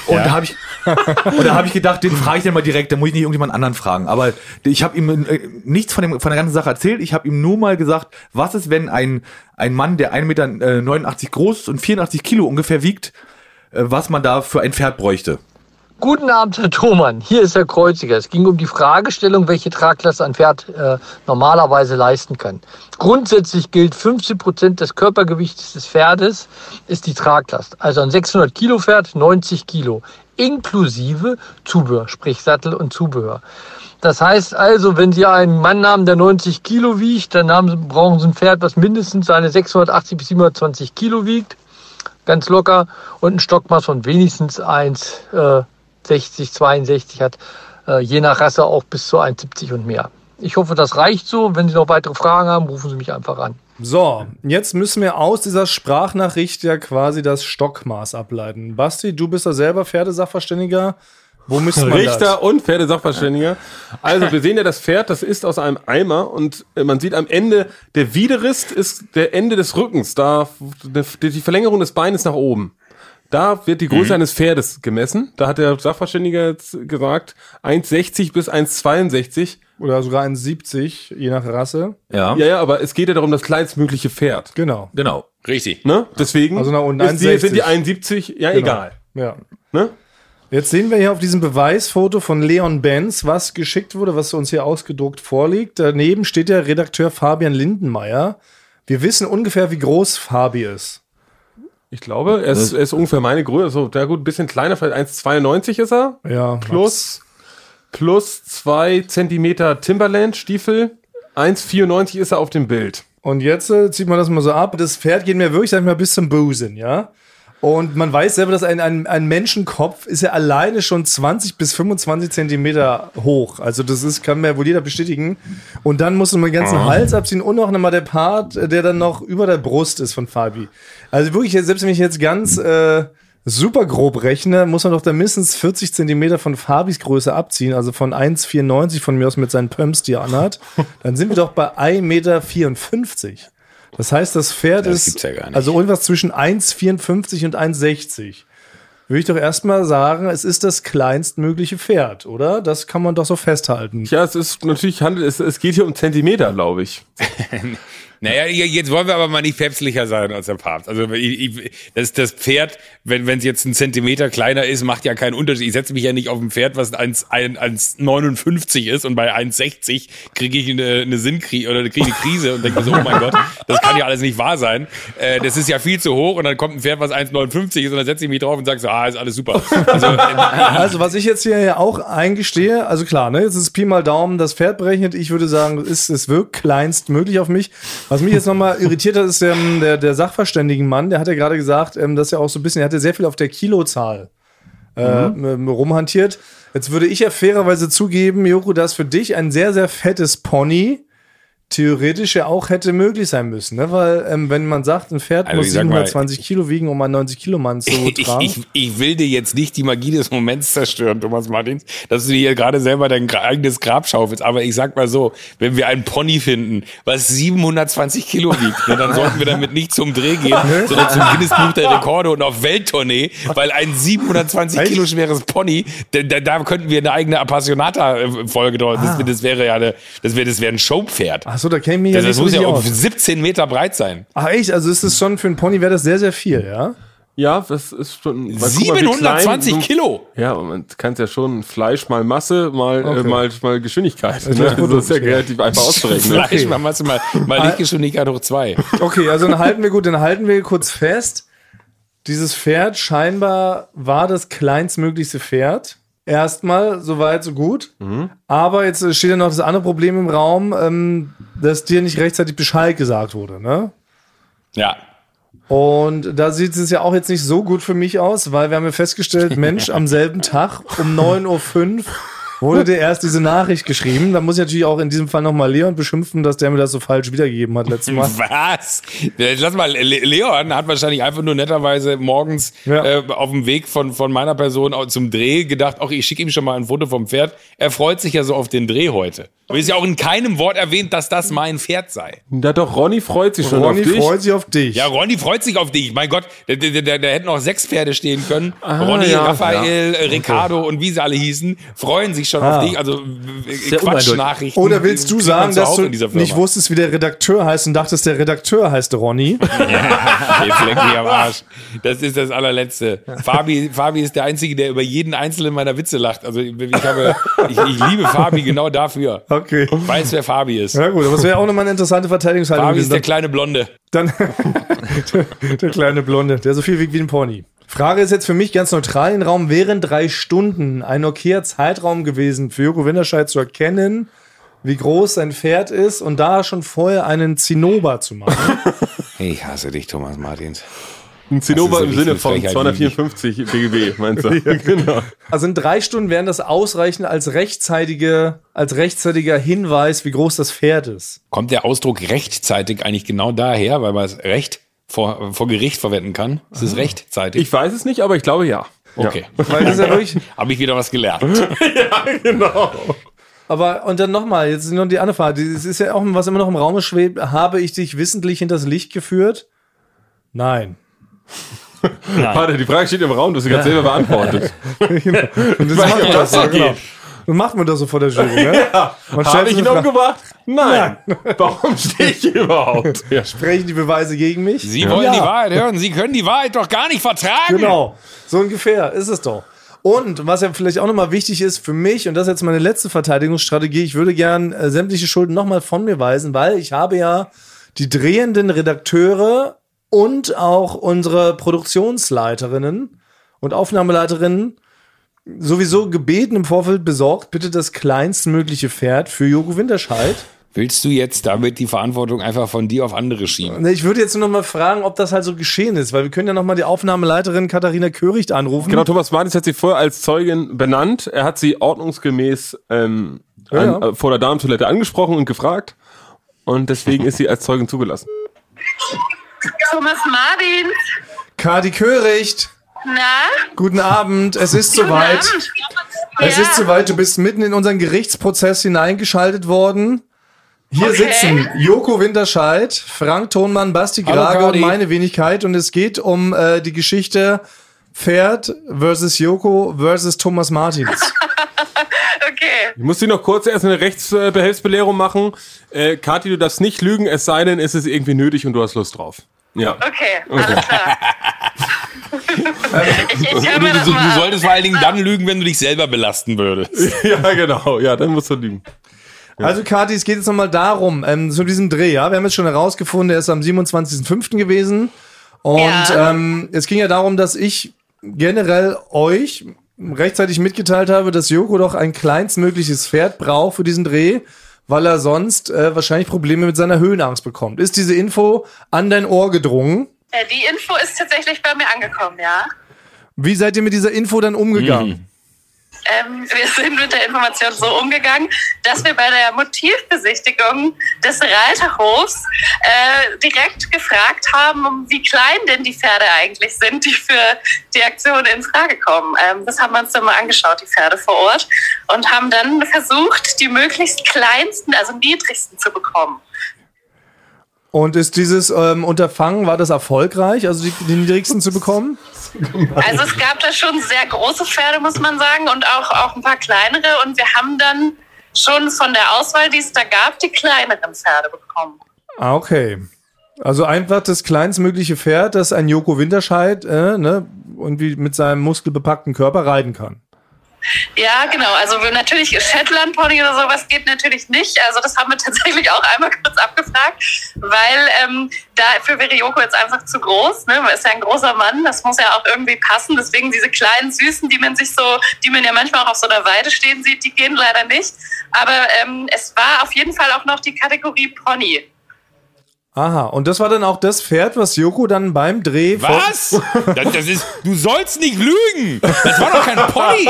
Speaker 1: und da habe ich und da habe ich gedacht, den frage ich dann mal direkt, da muss ich nicht irgendjemand anderen fragen, aber ich habe ihm äh, nichts von dem von der ganzen Sache erzählt. Ich habe ihm nur mal gesagt, was ist, wenn ein ein Mann, der 1,89 Meter äh, groß und 84 Kilo ungefähr wiegt, äh, was man da für ein Pferd bräuchte.
Speaker 5: Guten Abend, Herr Thomann. Hier ist Herr Kreuziger. Es ging um die Fragestellung, welche Tragklasse ein Pferd äh, normalerweise leisten kann. Grundsätzlich gilt, 50 Prozent des Körpergewichts des Pferdes ist die Traglast. Also ein 600 Kilo Pferd, 90 Kilo. Inklusive Zubehör, sprich Sattel und Zubehör. Das heißt also, wenn Sie einen Mann haben, der 90 Kilo wiegt, dann haben, Sie- brauchen Sie ein Pferd, was mindestens seine 680 bis 720 Kilo wiegt ganz locker und ein Stockmaß von wenigstens 1,60, 62 hat, äh, je nach Rasse auch bis zu 1,70 und mehr. Ich hoffe, das reicht so. Wenn Sie noch weitere Fragen haben, rufen Sie mich einfach an.
Speaker 2: So, jetzt müssen wir aus dieser Sprachnachricht ja quasi das Stockmaß ableiten. Basti, du bist ja selber Pferdesachverständiger. Wo müssen wir das?
Speaker 3: Richter und Pferdesachverständiger. Also, wir sehen ja das Pferd, das ist aus einem Eimer und äh, man sieht am Ende, der Widerrist ist der Ende des Rückens, da der- die Verlängerung des Beines nach oben. Da wird die Größe
Speaker 1: Mhm.
Speaker 3: eines Pferdes gemessen. Da hat der Sachverständige jetzt gesagt, 1,60 bis 1,62.
Speaker 2: Oder sogar 1,70, je nach Rasse.
Speaker 1: Ja.
Speaker 3: Ja, ja, aber es geht ja darum, das kleinstmögliche Pferd.
Speaker 2: Genau.
Speaker 1: Genau.
Speaker 4: Richtig.
Speaker 3: Ne? Deswegen
Speaker 2: Also nach unten
Speaker 3: ist die, sind die
Speaker 2: 1,60.
Speaker 3: 71, ja,
Speaker 4: Genau.
Speaker 3: egal.
Speaker 2: Ja.
Speaker 3: Ne?
Speaker 2: Jetzt sehen wir hier auf diesem Beweisfoto von Leon Benz, was geschickt wurde, was uns hier ausgedruckt vorliegt. Daneben steht der Redakteur Fabian Lindenmeier. Wir wissen ungefähr, wie groß Fabi ist.
Speaker 3: Ich glaube, er ist, er ist ungefähr meine Größe. So, ja gut, ein bisschen kleiner, vielleicht 1,92 ist er.
Speaker 2: Ja,
Speaker 3: Plus, plus 2 Zentimeter Timberland-Stiefel. 1,94 ist er auf dem Bild.
Speaker 2: Und jetzt äh, zieht man das mal so ab. Das Pferd geht mir wirklich, sag ich mal, bis zum Busen, ja. Und man weiß selber, dass ein, ein, ein Menschenkopf ist ja alleine schon 20 bis 25 Zentimeter hoch. Also das ist, kann mir ja wohl jeder bestätigen. Und dann muss man den ganzen Hals abziehen und noch mal der Part, äh, der dann noch über der Brust ist von Fabi. Also wirklich, selbst wenn ich jetzt ganz äh, super grob rechne, muss man doch da mindestens 40 Zentimeter von Fabis Größe abziehen. Also von 1,94 von mir aus mit seinen Pumps, die er anhat. Dann sind wir doch bei 1,54 Meter. Das heißt, das Pferd
Speaker 4: Das
Speaker 2: ist
Speaker 4: gibt's ja gar nicht.
Speaker 2: also irgendwas zwischen 1,54 und 1,60. Würde ich doch erstmal sagen, es ist das kleinstmögliche Pferd, oder? Das kann man doch so festhalten.
Speaker 3: Ja, es ist natürlich handelt, es, es geht hier um Zentimeter, glaube ich.
Speaker 4: Naja, je- jetzt wollen wir aber mal nicht päpstlicher sein als der Papst. Also ich, ich, das, das Pferd, wenn es jetzt einen Zentimeter kleiner ist, macht ja keinen Unterschied. Ich setze mich ja nicht auf ein Pferd, was 1, 1, 1,59 ist und bei 1,60 kriege ich eine, eine Sinnkrise oder kriege eine Krise und denke mir so, oh mein Gott, das kann ja alles nicht wahr sein. Äh, das ist ja viel zu hoch und dann kommt ein Pferd, was 1,59 ist und dann setze ich mich drauf und sage so, ah, ist alles super. Also, äh,
Speaker 2: Also, was ich jetzt hier ja auch eingestehe, also klar, ne, jetzt ist Pi mal Daumen das Pferd berechnet. Ich würde sagen, es, es wirkt kleinstmöglich auf mich, Was mich jetzt nochmal irritiert hat, ist ähm, der, der Sachverständigenmann, der hat ja gerade gesagt, ähm, dass er auch so ein bisschen, er hatte sehr viel auf der Kilozahl äh,
Speaker 4: Mhm.
Speaker 2: ähm, rumhantiert. Jetzt würde ich ja fairerweise zugeben, Joko, dass für dich ein sehr, sehr fettes Pony theoretisch ja auch hätte möglich sein müssen, ne? weil ähm, wenn man sagt, ein Pferd
Speaker 4: Also
Speaker 2: muss
Speaker 4: ich sag mal-
Speaker 2: 720 Kilo wiegen, um einen 90 Kilo Mann zu
Speaker 4: Ich,
Speaker 2: tragen.
Speaker 4: ich, ich will dir jetzt nicht die Magie des Moments zerstören, Thomas Martins, dass du dir hier gerade selber dein gra- eigenes Grab schaufelst. Aber ich sag mal so, wenn wir einen Pony finden, was 720 Kilo wiegt, ne, dann sollten wir damit nicht zum Dreh gehen, sondern zum Guinness Buch der Rekorde und auf Welttournee, weil ein 720 Kilo schweres Pony, da, da, da könnten wir eine eigene Appassionata-Folge draus.
Speaker 3: Ah.
Speaker 4: Das, das wäre ja eine, das wäre, das wäre ein Showpferd.
Speaker 2: Achso, da käme ich mich ja
Speaker 4: Das,
Speaker 2: nicht
Speaker 4: das
Speaker 2: so
Speaker 4: muss ja
Speaker 2: richtig
Speaker 4: auf
Speaker 2: aus.
Speaker 4: 17 Meter breit sein.
Speaker 2: Ach echt, also ist es schon für einen Pony wäre das sehr, sehr viel, ja?
Speaker 3: Ja, das ist schon. weil guck mal, wie klein
Speaker 4: 720
Speaker 3: so-
Speaker 4: Kilo!
Speaker 3: Ja, und man kann es ja schon Fleisch mal Masse mal, äh, mal, mal Geschwindigkeit. Ne?
Speaker 2: das
Speaker 3: Also das ist ja relativ einfach auszurechnen.
Speaker 4: Fleisch, mal, machst du mal, mal Lichtgeschwindigkeit hoch zwei.
Speaker 2: Okay, also dann halten wir gut, dann halten wir kurz fest. Dieses Pferd scheinbar war das kleinstmöglichste Pferd. Erstmal, so weit, so gut. Aber jetzt äh, steht ja noch das andere Problem im Raum, ähm, dass dir nicht rechtzeitig Bescheid gesagt wurde, ne?
Speaker 4: Ja.
Speaker 2: Und da sieht es ja auch jetzt nicht so gut für mich aus, weil wir haben ja festgestellt, Mensch, am selben Tag um 9.05 Uhr wurde dir erst diese Nachricht geschrieben. Da muss ich natürlich auch in diesem Fall nochmal Leon beschimpfen, dass der mir das so falsch wiedergegeben hat letztes Mal.
Speaker 4: Was? Lass mal, Le- Leon hat wahrscheinlich einfach nur netterweise morgens
Speaker 2: Ja.
Speaker 4: äh, auf dem Weg von, von meiner Person au- zum Dreh gedacht, ach, ich schicke ihm schon mal ein Foto vom Pferd. Er freut sich ja so auf den Dreh heute. Und ist ja auch in keinem Wort erwähnt, dass das mein Pferd sei.
Speaker 3: Da doch, Ronny freut sich schon
Speaker 2: Ronny
Speaker 3: auf dich.
Speaker 2: freut sich auf dich.
Speaker 4: Ja, Ronny freut sich auf dich. Mein Gott, da, da, da, da hätten auch sechs Pferde stehen können.
Speaker 3: Ah,
Speaker 4: Ronny,
Speaker 3: ja,
Speaker 4: Raphael, äh, Ricardo und wie sie alle hießen, freuen sich schon auf dich. Also äh,
Speaker 1: Sehr uneindeutig.
Speaker 4: Quatschnachrichten.
Speaker 2: Ah. Oder willst du
Speaker 4: kriegt
Speaker 2: sagen,
Speaker 4: man
Speaker 2: dass
Speaker 4: zuhauf
Speaker 2: du
Speaker 4: in dieser
Speaker 2: nicht
Speaker 4: Firma.
Speaker 2: wusstest, wie der Redakteur heißt und dachtest, der Redakteur heißt Ronny?
Speaker 4: Ey, Leck mich am Arsch. Das ist das allerletzte. Fabi, Fabi ist der Einzige, der über jeden einzelnen meiner Witze lacht. Also ich, ich, habe, ich, ich liebe Fabi genau dafür.
Speaker 2: Okay.
Speaker 4: Weiß, wer Fabi ist.
Speaker 2: Ja gut, aber es wäre auch nochmal eine interessante Verteidigungshaltung
Speaker 4: Fabi ist der
Speaker 2: gewesen.
Speaker 4: kleine Blonde.
Speaker 2: Dann, der, der kleine Blonde, der so viel wiegt wie ein Pony. Frage ist jetzt für mich ganz neutral im Raum. Wären drei Stunden ein okayer Zeitraum gewesen, für Joko Winterscheid zu erkennen, wie groß sein Pferd ist und da schon vorher einen Zinnober zu machen?
Speaker 4: Ich hasse dich, Thomas Martins.
Speaker 3: Ein Zinnober im
Speaker 4: Das ist ja
Speaker 3: Sinne
Speaker 4: richtig
Speaker 3: von
Speaker 4: Frechheit,
Speaker 3: 254 BGB, meinst du? genau.
Speaker 2: Also in drei Stunden wären das ausreichend als, rechtzeitige, als rechtzeitiger Hinweis, wie groß das Pferd ist.
Speaker 4: Kommt der Ausdruck rechtzeitig eigentlich genau daher, weil man es recht vor, vor Gericht verwenden kann? Ist es rechtzeitig?
Speaker 3: Ich weiß es nicht, aber ich glaube ja.
Speaker 4: Okay.
Speaker 2: Weil das ist Ah. ja wirklich.
Speaker 4: Habe ich wieder was gelernt.
Speaker 2: Aber und dann nochmal, jetzt ist noch die andere Frage. Es ist ja auch, was immer noch im Raum schwebt. Habe ich dich wissentlich hinters Licht geführt? Nein.
Speaker 3: Ja. Warte, Oh, die Frage steht im Raum, du hast sie gerade selber beantwortet.
Speaker 2: Genau. Und das macht man das so, genau. Dann macht man das so vor der Jury, ne? Ja. Man
Speaker 3: Habe
Speaker 2: stellt
Speaker 3: ich
Speaker 2: so
Speaker 3: ihn
Speaker 2: eine Frage,
Speaker 3: umgebracht? Nein. Warum stehe ich hier überhaupt? Ja.
Speaker 2: sprechen die Beweise gegen mich?
Speaker 4: Sie wollen
Speaker 2: Ja.
Speaker 4: die Wahrheit hören. Sie können die Wahrheit doch gar nicht vertragen.
Speaker 2: Genau, so ungefähr ist es doch. Und was ja vielleicht auch nochmal wichtig ist für mich, und das ist jetzt meine letzte Verteidigungsstrategie, ich würde gern äh, sämtliche Schulden nochmal von mir weisen, weil ich habe ja die drehenden Redakteure und auch unsere Produktionsleiterinnen und Aufnahmeleiterinnen sowieso gebeten im Vorfeld besorgt, bitte das kleinstmögliche Pferd für Joko Winterscheid.
Speaker 4: Willst du jetzt damit die Verantwortung einfach von dir auf andere schieben?
Speaker 2: Ne, Ich würde jetzt nur noch mal fragen, ob das halt so geschehen ist, weil wir können ja noch mal die Aufnahmeleiterin Katharina Köricht anrufen.
Speaker 3: Genau, Thomas Martins hat sie vorher als Zeugin benannt. Er hat sie ordnungsgemäß ähm, an,
Speaker 2: ja.
Speaker 3: Äh, vor der Damentoilette angesprochen und gefragt. Und deswegen ist sie als Zeugin zugelassen.
Speaker 6: Thomas Martins.
Speaker 2: Kadi Köricht.
Speaker 6: Na?
Speaker 2: Guten Abend, es ist soweit.
Speaker 6: Guten Abend.
Speaker 2: Es
Speaker 6: Ja.
Speaker 2: ist soweit, du bist mitten in unseren Gerichtsprozess hineingeschaltet worden. Hier
Speaker 6: Okay.
Speaker 2: sitzen Joko Winterscheid, Frank Thonmann, Basti
Speaker 4: Hallo,
Speaker 2: Grage und
Speaker 4: Kadi.
Speaker 2: meine Wenigkeit und es geht um äh, die Geschichte Pferd versus Joko versus Thomas Martins.
Speaker 6: Okay.
Speaker 3: Ich muss sie noch kurz erst eine Rechtsbehelfsbelehrung machen. Äh, Kathi, du darfst nicht lügen, es sei denn, es ist irgendwie nötig und du hast Lust drauf. Ja.
Speaker 6: Okay, alles klar. ich ich höre
Speaker 4: Du,
Speaker 6: mir das
Speaker 4: du, du
Speaker 6: mal an.
Speaker 4: solltest vor allen Dingen dann lügen, wenn du dich selber belasten würdest.
Speaker 3: Ja, genau. Ja, dann musst du lügen.
Speaker 2: Also Kathi, es geht jetzt nochmal darum, ähm, zu diesem Dreh, ja, wir haben jetzt schon herausgefunden, er ist am 27.05. gewesen und
Speaker 6: Ja.
Speaker 2: ähm, es ging ja darum, dass ich generell euch rechtzeitig mitgeteilt habe, dass Joko doch ein kleinstmögliches Pferd braucht für diesen Dreh, weil er sonst äh, wahrscheinlich Probleme mit seiner Höhenangst bekommt. Ist diese Info an dein Ohr gedrungen?
Speaker 6: Äh, die Info ist tatsächlich bei mir angekommen, ja.
Speaker 2: Wie seid ihr mit dieser Info dann umgegangen?
Speaker 6: Ähm, wir sind mit der Information so umgegangen, dass wir bei der Motivbesichtigung des Reiterhofs äh, direkt gefragt haben, um wie klein denn die Pferde eigentlich sind, die für die Aktion in Frage kommen. Ähm, das haben wir uns dann mal angeschaut, die Pferde vor Ort, und haben dann versucht, die möglichst kleinsten, also niedrigsten zu bekommen.
Speaker 2: Und ist dieses ähm, Unterfangen, war das erfolgreich, also die, die niedrigsten zu bekommen?
Speaker 6: Also es gab da schon sehr große Pferde, muss man sagen, und auch, auch ein paar kleinere. Und wir haben dann schon von der Auswahl, die es da gab, die kleineren Pferde bekommen.
Speaker 2: Ah, okay. Also einfach das kleinstmögliche Pferd, das ein Joko Winterscheid äh, ne, irgendwie mit seinem muskelbepackten Körper reiten kann.
Speaker 6: Ja, genau. Also wir- natürlich Shetland Pony oder sowas geht natürlich nicht. Also das haben wir tatsächlich auch einmal kurz abgefragt, weil ähm, dafür wäre Joko jetzt einfach zu groß. Ne? Man ist ja ein großer Mann, das muss ja auch irgendwie passen. Deswegen diese kleinen Süßen, die man sich so, die man ja manchmal auch auf so einer Weide stehen sieht, die gehen leider nicht. Aber ähm, es war auf jeden Fall auch noch die Kategorie Pony.
Speaker 2: Aha, und das war dann auch das Pferd, was Joko dann beim Dreh vor-
Speaker 4: Was? Das, das ist, du sollst nicht lügen. Das war doch kein Pony.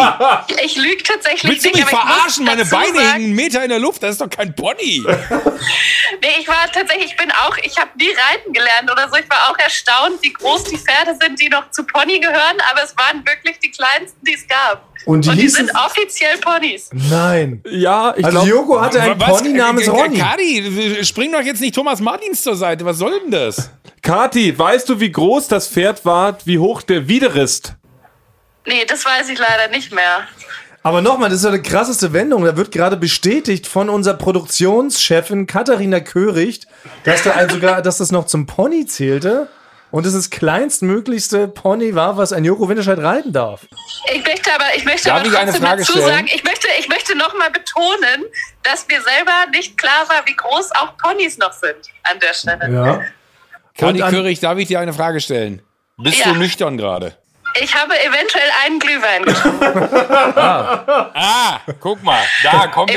Speaker 6: Ich lüge tatsächlich
Speaker 4: Willst du mich
Speaker 6: nicht. aber ich muss
Speaker 4: verarschen? Meine
Speaker 6: dazu
Speaker 4: Beine hängen
Speaker 6: sagen-
Speaker 4: einen Meter in der Luft. Das ist doch kein Pony.
Speaker 6: Nee, ich war tatsächlich, ich bin auch, ich habe nie reiten gelernt oder so. Ich war auch erstaunt, wie groß die Pferde sind, die noch zu Pony gehören, aber es waren wirklich die kleinsten, die es gab.
Speaker 2: Und die
Speaker 6: die
Speaker 2: hießen-
Speaker 6: sind offiziell Ponys.
Speaker 2: Nein.
Speaker 3: Ja, ich
Speaker 2: Also
Speaker 3: glaube.
Speaker 2: Joko hatte einen
Speaker 4: Was?
Speaker 2: Pony namens
Speaker 4: Äh, äh,
Speaker 2: Ronny.
Speaker 4: Kadi, spring doch jetzt nicht Thomas Martins zur Seite. Was soll denn das?
Speaker 3: Kati, weißt du, wie groß das Pferd war, wie hoch der Widerrist?
Speaker 6: Nee, das weiß ich leider nicht mehr.
Speaker 2: Aber nochmal, das ist ja die krasseste Wendung. Da wird gerade bestätigt von unserer Produktionschefin Katharina Köricht, dass, da also gar, dass das noch zum Pony zählte und es das kleinstmöglichste Pony war, was ein Joko Winterscheid reiten darf.
Speaker 6: Ich möchte aber, ich möchte
Speaker 4: Darf
Speaker 6: aber
Speaker 4: ich eine
Speaker 6: trotzdem
Speaker 4: Frage
Speaker 6: dazu
Speaker 4: stellen?
Speaker 6: sagen, ich möchte, ich möchte nochmal betonen, dass mir selber nicht klar war, wie groß auch Ponys noch sind an der Stelle.
Speaker 2: Ja.
Speaker 4: Kadi
Speaker 2: an-
Speaker 4: Körig, darf ich dir eine Frage stellen? Bist
Speaker 6: Ja.
Speaker 4: du nüchtern gerade?
Speaker 6: Ich habe eventuell einen Glühwein getrunken.
Speaker 4: Ah, guck mal, da kommt der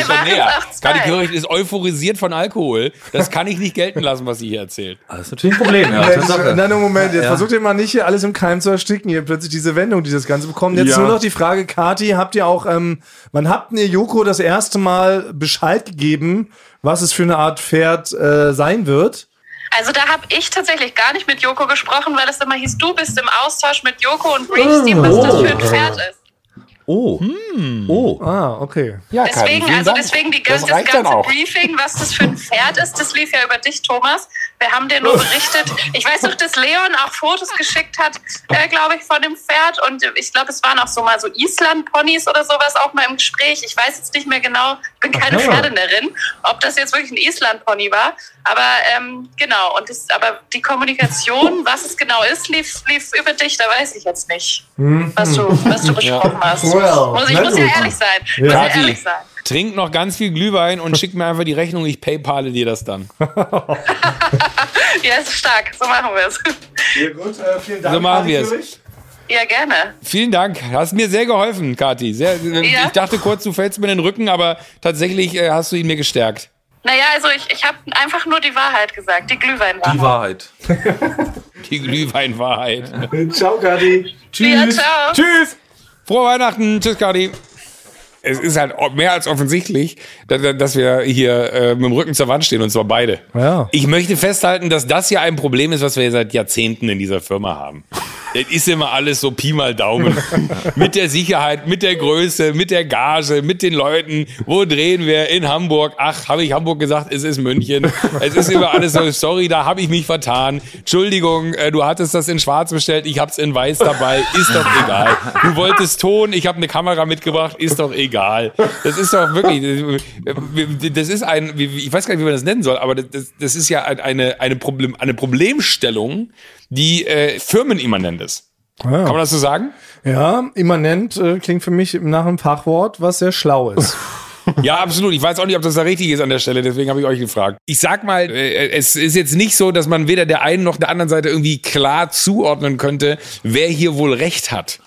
Speaker 4: Sache schon
Speaker 6: waren es
Speaker 4: näher.
Speaker 6: auch zwei.
Speaker 4: Kadi Körig ist euphorisiert von Alkohol. Das kann ich nicht gelten lassen, was sie hier erzählt.
Speaker 1: Das ist natürlich ein Problem, ja. Tatsache.
Speaker 2: Nein, nein, Moment, jetzt versucht ihr mal nicht hier alles im Keim zu ersticken, hier plötzlich diese Wendung, die das Ganze bekommt. Jetzt
Speaker 3: Ja.
Speaker 2: nur noch die Frage, Kati, habt ihr auch, ähm, wann habt denn ihr Joko das erste Mal Bescheid gegeben, was es für eine Art Pferd äh, sein wird?
Speaker 6: Also da habe ich tatsächlich gar nicht mit Joko gesprochen, weil es immer hieß, du bist im Austausch mit Joko und briefst ihm, was das für ein Pferd ist.
Speaker 1: Oh. Oh.
Speaker 2: Ah, okay.
Speaker 4: Ja,
Speaker 6: Deswegen, also deswegen die ganze, das ganze Briefing, was das für ein Pferd ist, das lief ja über dich, Thomas. Wir haben dir nur berichtet. Ich weiß noch, dass Leon auch Fotos geschickt hat, äh, glaube ich, von dem Pferd. Und ich glaube, es waren auch so mal so Island-Ponys oder sowas auch mal im Gespräch. Ich weiß jetzt nicht mehr genau, ich bin keine Pferdenderin, ob das jetzt wirklich ein Island-Pony war. Aber ähm, genau, und das, aber die Kommunikation, was es genau ist, lief, lief über dich, da weiß ich jetzt nicht, was du, was du besprochen hast.
Speaker 2: Well,
Speaker 6: muss, ich
Speaker 2: na
Speaker 6: muss ja
Speaker 2: gut.
Speaker 6: ehrlich sein. Ich Muss ja
Speaker 4: Kati.
Speaker 6: ehrlich sein.
Speaker 4: Trink noch ganz viel Glühwein und schick mir einfach die Rechnung. Ich paypale dir das dann.
Speaker 6: Ja, ist stark. So machen wir es.
Speaker 2: Ja, gut, äh, vielen Dank.
Speaker 4: So machen wir es.
Speaker 6: Ja, gerne.
Speaker 4: Vielen Dank. Hast mir sehr geholfen, Kati. Sehr, äh,
Speaker 6: Ja.
Speaker 4: Ich dachte kurz, du fällst mir in den Rücken, aber tatsächlich äh, hast du ihn mir gestärkt.
Speaker 6: Naja, also ich, ich habe einfach nur die Wahrheit gesagt, die Glühweinwahrheit.
Speaker 1: Die Wahrheit.
Speaker 4: Die Glühweinwahrheit.
Speaker 2: Ciao, Kati.
Speaker 6: Ja, ciao.
Speaker 3: Tschüss!
Speaker 4: Frohe Weihnachten. Tschüss, Kati. Es ist halt o- mehr als offensichtlich, da- da- dass wir hier äh, mit dem Rücken zur Wand stehen, und zwar beide.
Speaker 2: Ja.
Speaker 4: Ich möchte festhalten, dass das hier ein Problem ist, was wir seit Jahrzehnten in dieser Firma haben. Das ist immer alles so Pi mal Daumen. mit der Sicherheit, mit der Größe, mit der Gage, mit den Leuten. Wo drehen wir? In Hamburg. Ach, habe ich Hamburg gesagt? Es ist München. Es ist immer alles so, sorry, da habe ich mich vertan. Entschuldigung, äh, du hattest das in schwarz bestellt, ich habe es in weiß dabei. Ist doch egal. Du wolltest Ton, ich habe eine Kamera mitgebracht. Ist doch egal. Das ist doch wirklich, äh, das ist ein, wie- wie- ich weiß gar nicht, wie man das nennen soll, aber das- das, das ist ja ein- eine, eine, Problem, eine Problemstellung, die äh, firmenimmanent ist. Kann man das so sagen?
Speaker 2: Ja, immanent äh, klingt für mich nach einem Fachwort, was sehr schlau ist.
Speaker 4: Ja, absolut. Ich weiß auch nicht, ob das da richtig ist an der Stelle, deswegen habe ich euch gefragt. Ich sag mal, äh, es ist jetzt nicht so, dass man weder der einen noch der anderen Seite irgendwie klar zuordnen könnte, wer hier wohl recht hat.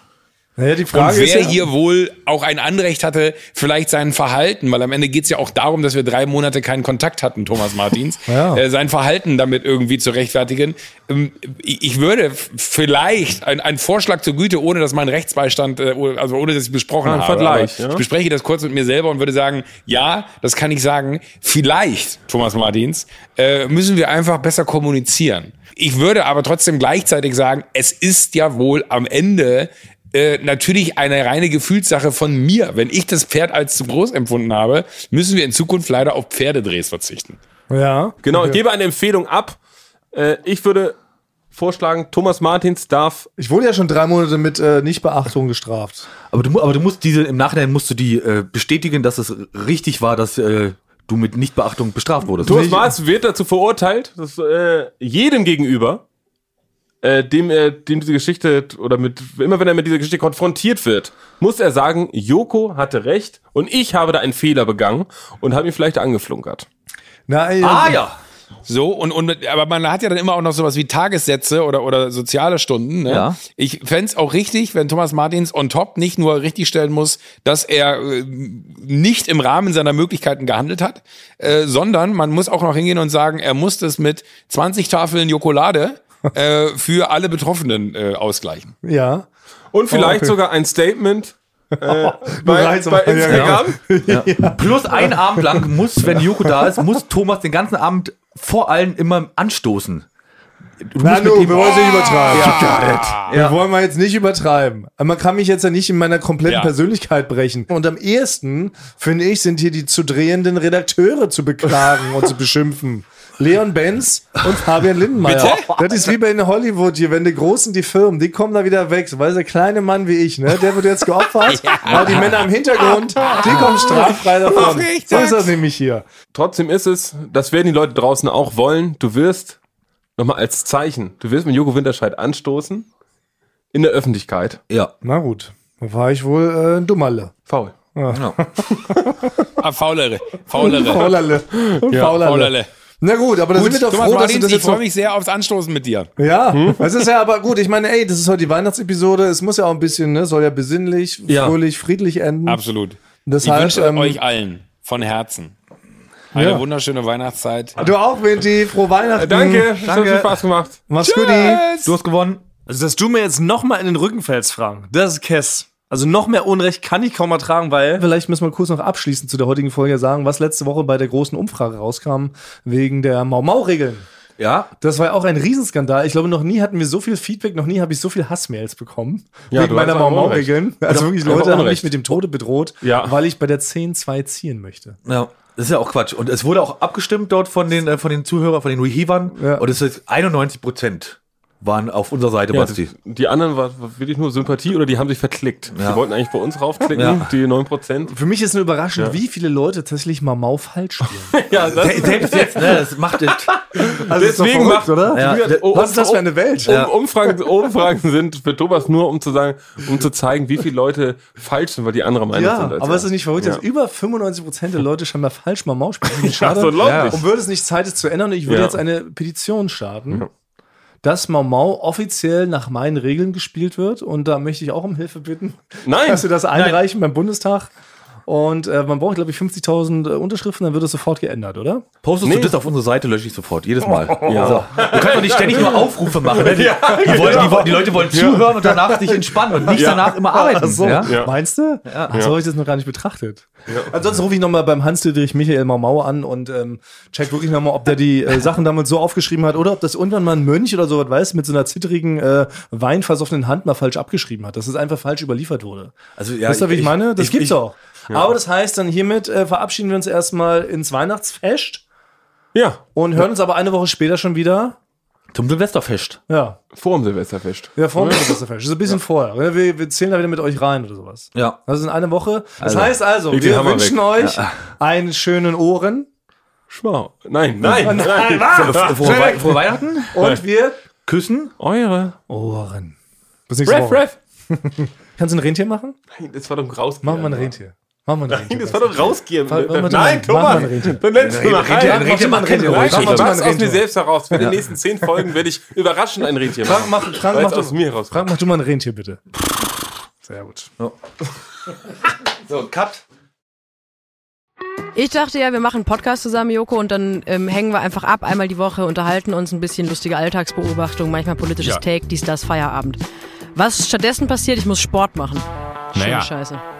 Speaker 2: Naja, die
Speaker 4: Und
Speaker 2: Frage ist
Speaker 4: wer
Speaker 2: ja,
Speaker 4: hier wohl auch ein Anrecht hatte, vielleicht sein Verhalten, weil am Ende geht es ja auch darum, dass wir drei Monate keinen Kontakt hatten, Thomas Martins,
Speaker 2: Ja.
Speaker 4: äh, sein Verhalten damit irgendwie zu rechtfertigen. Ähm, ich ich würde f- vielleicht ein- ein Vorschlag zur Güte, ohne dass mein Rechtsbeistand, äh, ohne- also ohne dass ich besprochen
Speaker 3: Ein
Speaker 4: habe,
Speaker 3: Vergleich,
Speaker 4: aber
Speaker 3: ja.
Speaker 4: ich bespreche das kurz mit mir selber und würde sagen, ja, das kann ich sagen, vielleicht, Thomas Martins, äh, müssen wir einfach besser kommunizieren. Ich würde aber trotzdem gleichzeitig sagen, es ist ja wohl am Ende äh, natürlich eine reine Gefühlssache von mir. Wenn ich das Pferd als zu groß empfunden habe, müssen wir in Zukunft leider auf Pferdedrehs verzichten.
Speaker 2: ja.
Speaker 3: Genau, ich gebe eine Empfehlung ab. Äh, ich würde vorschlagen, Thomas Martins darf.
Speaker 2: Ich wurde ja schon drei Monate mit äh, Nichtbeachtung gestraft.
Speaker 1: Aber du, mu- aber du musst diese, im Nachhinein musst du die äh, bestätigen, dass es richtig war, dass äh, du mit Nichtbeachtung bestraft wurdest.
Speaker 3: Thomas Martins wird dazu verurteilt, dass äh, jedem gegenüber, äh, dem er, dem diese Geschichte oder mit immer wenn er mit dieser Geschichte konfrontiert wird, muss er sagen, Joko hatte recht und ich habe da einen Fehler begangen und habe ihn vielleicht angeflunkert.
Speaker 2: Nein,
Speaker 1: ah ja.
Speaker 4: So, und, und aber man hat ja dann immer auch noch sowas wie Tagessätze oder, oder soziale Stunden. Ne?
Speaker 1: Ja.
Speaker 4: Ich fänd's auch richtig, wenn Thomas Martins on top nicht nur richtigstellen muss, dass er äh, nicht im Rahmen seiner Möglichkeiten gehandelt hat, äh, sondern man muss auch noch hingehen und sagen, er muss das mit 20 Tafeln Jokolade äh, für alle Betroffenen äh, ausgleichen.
Speaker 2: ja.
Speaker 3: Und vielleicht
Speaker 2: Oh, okay.
Speaker 3: sogar ein Statement äh, bei,
Speaker 2: reizt
Speaker 3: bei
Speaker 2: aber- ja, genau.
Speaker 3: Instagram.
Speaker 1: Plus einen Abend lang muss, wenn Joko da ist, muss Thomas den ganzen Abend vor allen immer anstoßen. Du
Speaker 2: Na
Speaker 1: musst
Speaker 2: nu,
Speaker 1: mit
Speaker 2: wir
Speaker 1: ihm,
Speaker 2: wollen es nicht übertreiben.
Speaker 1: Ja.
Speaker 2: Wir wollen mal jetzt nicht übertreiben. Aber Man kann mich jetzt ja nicht in meiner kompletten
Speaker 4: Ja.
Speaker 2: Persönlichkeit brechen. Und am ehesten, finde ich, sind hier die zu drehenden Redakteure zu beklagen und zu beschimpfen. Leon Benz und Fabian Lindenmeier. Das ist wie bei in Hollywood hier, wenn die Großen, die Firmen, die kommen da wieder weg. Weil der kleine Mann wie ich, ne, der wird jetzt geopfert. Aber die Männer im Hintergrund, die kommen straffrei davon. So ist das nämlich hier.
Speaker 3: Trotzdem ist es, das werden die Leute draußen auch wollen. Du wirst, nochmal als Zeichen, du wirst mit Joko Winterscheid anstoßen. In der Öffentlichkeit.
Speaker 1: ja.
Speaker 2: Na gut, da war ich wohl äh, ein Dummerle.
Speaker 3: Faul.
Speaker 1: Genau.
Speaker 4: Ah, faulere, faulere,
Speaker 2: Faulerle. Und Faulerle.
Speaker 4: faulere.
Speaker 2: Na gut, aber da sind wir doch
Speaker 4: Thomas
Speaker 2: froh, dass du
Speaker 4: Martins,
Speaker 2: das
Speaker 4: ich
Speaker 2: jetzt
Speaker 4: freue
Speaker 2: noch
Speaker 4: mich sehr aufs Anstoßen mit dir.
Speaker 2: Ja, es ist ja aber gut. Ich meine, ey, das ist heute die Weihnachtsepisode. Es muss ja auch ein bisschen, ne, soll ja besinnlich,
Speaker 1: Ja.
Speaker 2: fröhlich, friedlich enden.
Speaker 4: Absolut.
Speaker 2: Deshalb,
Speaker 4: ich wünsche
Speaker 2: ähm,
Speaker 4: euch allen von Herzen eine
Speaker 2: Ja.
Speaker 4: wunderschöne Weihnachtszeit.
Speaker 2: Du auch, Vinti. Frohe Weihnachten.
Speaker 3: Danke, es hat
Speaker 7: danke.
Speaker 3: viel Spaß gemacht.
Speaker 2: Mach's gut. Die.
Speaker 1: Hm. Du hast gewonnen.
Speaker 7: Also, dass du mir jetzt nochmal in den Rücken fällst, Frank, das ist Kess. Also, noch mehr Unrecht kann ich kaum ertragen, weil.
Speaker 2: Vielleicht müssen wir kurz noch abschließend zu der heutigen Folge sagen, was letzte Woche bei der großen Umfrage rauskam, wegen der Mau-Mau-Regeln.
Speaker 1: Ja.
Speaker 2: Das war ja auch ein Riesenskandal. Ich glaube, noch nie hatten wir so viel Feedback, noch nie habe ich so viel Hassmails bekommen.
Speaker 3: Ja,
Speaker 2: wegen
Speaker 3: du
Speaker 2: meiner
Speaker 3: hast aber
Speaker 2: Mau-Mau-Regeln. Also wirklich,
Speaker 3: einfach
Speaker 2: Leute haben mich
Speaker 3: Unrecht.
Speaker 2: mit dem Tode bedroht,
Speaker 3: Ja.
Speaker 2: weil ich bei der 10-2 ziehen möchte.
Speaker 1: Ja. Das ist ja auch Quatsch. Und es wurde auch abgestimmt dort von den, äh, von den Zuhörern, von den Rehivern.
Speaker 2: Ja.
Speaker 1: Und es ist 91 Prozent waren auf unserer Seite, Basti.
Speaker 3: Die anderen war, war wirklich nur Sympathie oder die haben sich verklickt. Die
Speaker 1: Ja.
Speaker 3: wollten eigentlich bei uns raufklicken,
Speaker 1: Ja.
Speaker 3: die 9%.
Speaker 2: Für mich ist nur überraschend, wie viele Leute tatsächlich mal Mau falsch spielen.
Speaker 3: Ja, das,
Speaker 1: Se- Selbst jetzt, ne, das macht es.
Speaker 2: Also ist doch
Speaker 3: Deswegen
Speaker 2: verrückt,
Speaker 3: macht-
Speaker 2: oder?
Speaker 1: Ja,
Speaker 3: Julian, oh,
Speaker 2: Was ist das
Speaker 3: oh,
Speaker 2: für eine Welt?
Speaker 3: Um, Umfragen, Umfragen sind für Thomas nur, um zu sagen, um zu zeigen, wie viele Leute falsch sind, weil die andere Meinung
Speaker 2: Ja,
Speaker 3: sind. als
Speaker 2: aber
Speaker 3: er.
Speaker 2: es ist nicht verrückt, dass
Speaker 3: Ja.
Speaker 2: über 95% der Leute scheinbar falsch mal Mau spielen. Schade.
Speaker 3: so unglaublich.
Speaker 2: Und würde es nicht Zeit, es zu ändern? Ich würde
Speaker 3: Ja.
Speaker 2: jetzt eine Petition starten, dass Mau Mau offiziell nach meinen Regeln gespielt wird. Und da möchte ich auch um Hilfe bitten,
Speaker 3: Nein,
Speaker 2: dass wir das einreichen beim Bundestag. Und äh, man braucht, glaube ich, 50.000 äh, Unterschriften, dann wird es sofort geändert, oder?
Speaker 1: Postest du
Speaker 3: Nee.
Speaker 1: das auf unsere Seite, lösche ich sofort. Jedes Mal.
Speaker 3: Ja.
Speaker 1: So. Du kannst doch nicht ständig nur Aufrufe machen. Ne? Die, die, wollen, die, wollen- die Leute wollen zuhören und danach sich entspannen und nicht danach immer arbeiten.
Speaker 2: So,
Speaker 1: Hm, ja?
Speaker 3: Ja.
Speaker 2: meinst du? Ach, so habe ich das noch gar nicht betrachtet. Ansonsten rufe ich nochmal beim Hans-Dietrich Michael Maumau an und ähm, check wirklich nochmal, ob der die äh, Sachen damals so aufgeschrieben hat oder ob das irgendwann mal ein Mönch oder sowas weiß, mit so einer zittrigen, äh, weinversoffenen Hand mal falsch abgeschrieben hat, dass es einfach falsch überliefert wurde.
Speaker 1: Also, ja,
Speaker 2: Wisst ihr, wie ich,
Speaker 1: ich-
Speaker 2: meine? Das
Speaker 1: ich-
Speaker 2: gibt's
Speaker 1: ich-
Speaker 2: auch. Aber das heißt, dann hiermit äh, verabschieden wir uns erstmal ins Weihnachtsfest
Speaker 3: ja,
Speaker 2: und hören uns aber eine Woche später schon wieder.
Speaker 1: Zum Silvesterfest.
Speaker 2: Ja,
Speaker 3: vor dem Silvesterfest.
Speaker 2: ja vorher ist das falsch. So ein bisschen vorher. Wir, wir zählen da wieder mit euch rein oder sowas.
Speaker 1: Ja.
Speaker 2: Das ist in einer Woche. Das heißt also,
Speaker 3: leg den
Speaker 2: wir
Speaker 3: Hammer
Speaker 2: wünschen
Speaker 3: weg.
Speaker 2: euch einen schönen Ohren
Speaker 3: Schmau. Nein, nein, nein.
Speaker 1: Frohe, Wei- frohe Weihnachten.
Speaker 2: und wir
Speaker 1: Küssen.
Speaker 3: Eure.
Speaker 2: Ohren. Bis nächste Woche. Kannst du ein Rentier machen?
Speaker 3: Nein, das war doch ein Rausgehen.
Speaker 2: Machen wir ein Rentier. Machen wir ein
Speaker 3: Nein,
Speaker 2: Rentier.
Speaker 3: das war doch rausgehen.
Speaker 2: Machen wir-
Speaker 3: Nein,
Speaker 2: machen wir
Speaker 3: Thomas.
Speaker 2: ein Rentier.
Speaker 3: Dann nennst du mal
Speaker 1: Rentier-
Speaker 3: rein.
Speaker 1: ein Rentier-
Speaker 2: Mach mal ein Rentier.
Speaker 1: Mach
Speaker 2: Mach
Speaker 1: mal-
Speaker 2: mal ein
Speaker 3: Mach's aus mir
Speaker 2: Rentier.
Speaker 3: selbst heraus. Für die nächsten zehn Folgen werde ich überraschend ein Rentier
Speaker 2: Frank,
Speaker 3: machen.
Speaker 2: mach, Frank,
Speaker 3: Weil
Speaker 2: mach,
Speaker 3: es aus
Speaker 2: du,
Speaker 3: mir heraus.
Speaker 2: Frank, mach du mal ein Rentier, bitte. Sehr gut.
Speaker 1: So, Cut.
Speaker 8: Ich dachte ja, wir machen einen Podcast zusammen, Joko, und dann ähm, hängen wir einfach ab, einmal die Woche, unterhalten uns ein bisschen lustige Alltagsbeobachtung, manchmal politisches
Speaker 4: Ja.
Speaker 8: Take, dies, das, Feierabend. Was stattdessen passiert, ich muss Sport machen. Schöne
Speaker 4: Naja.
Speaker 8: Scheiße.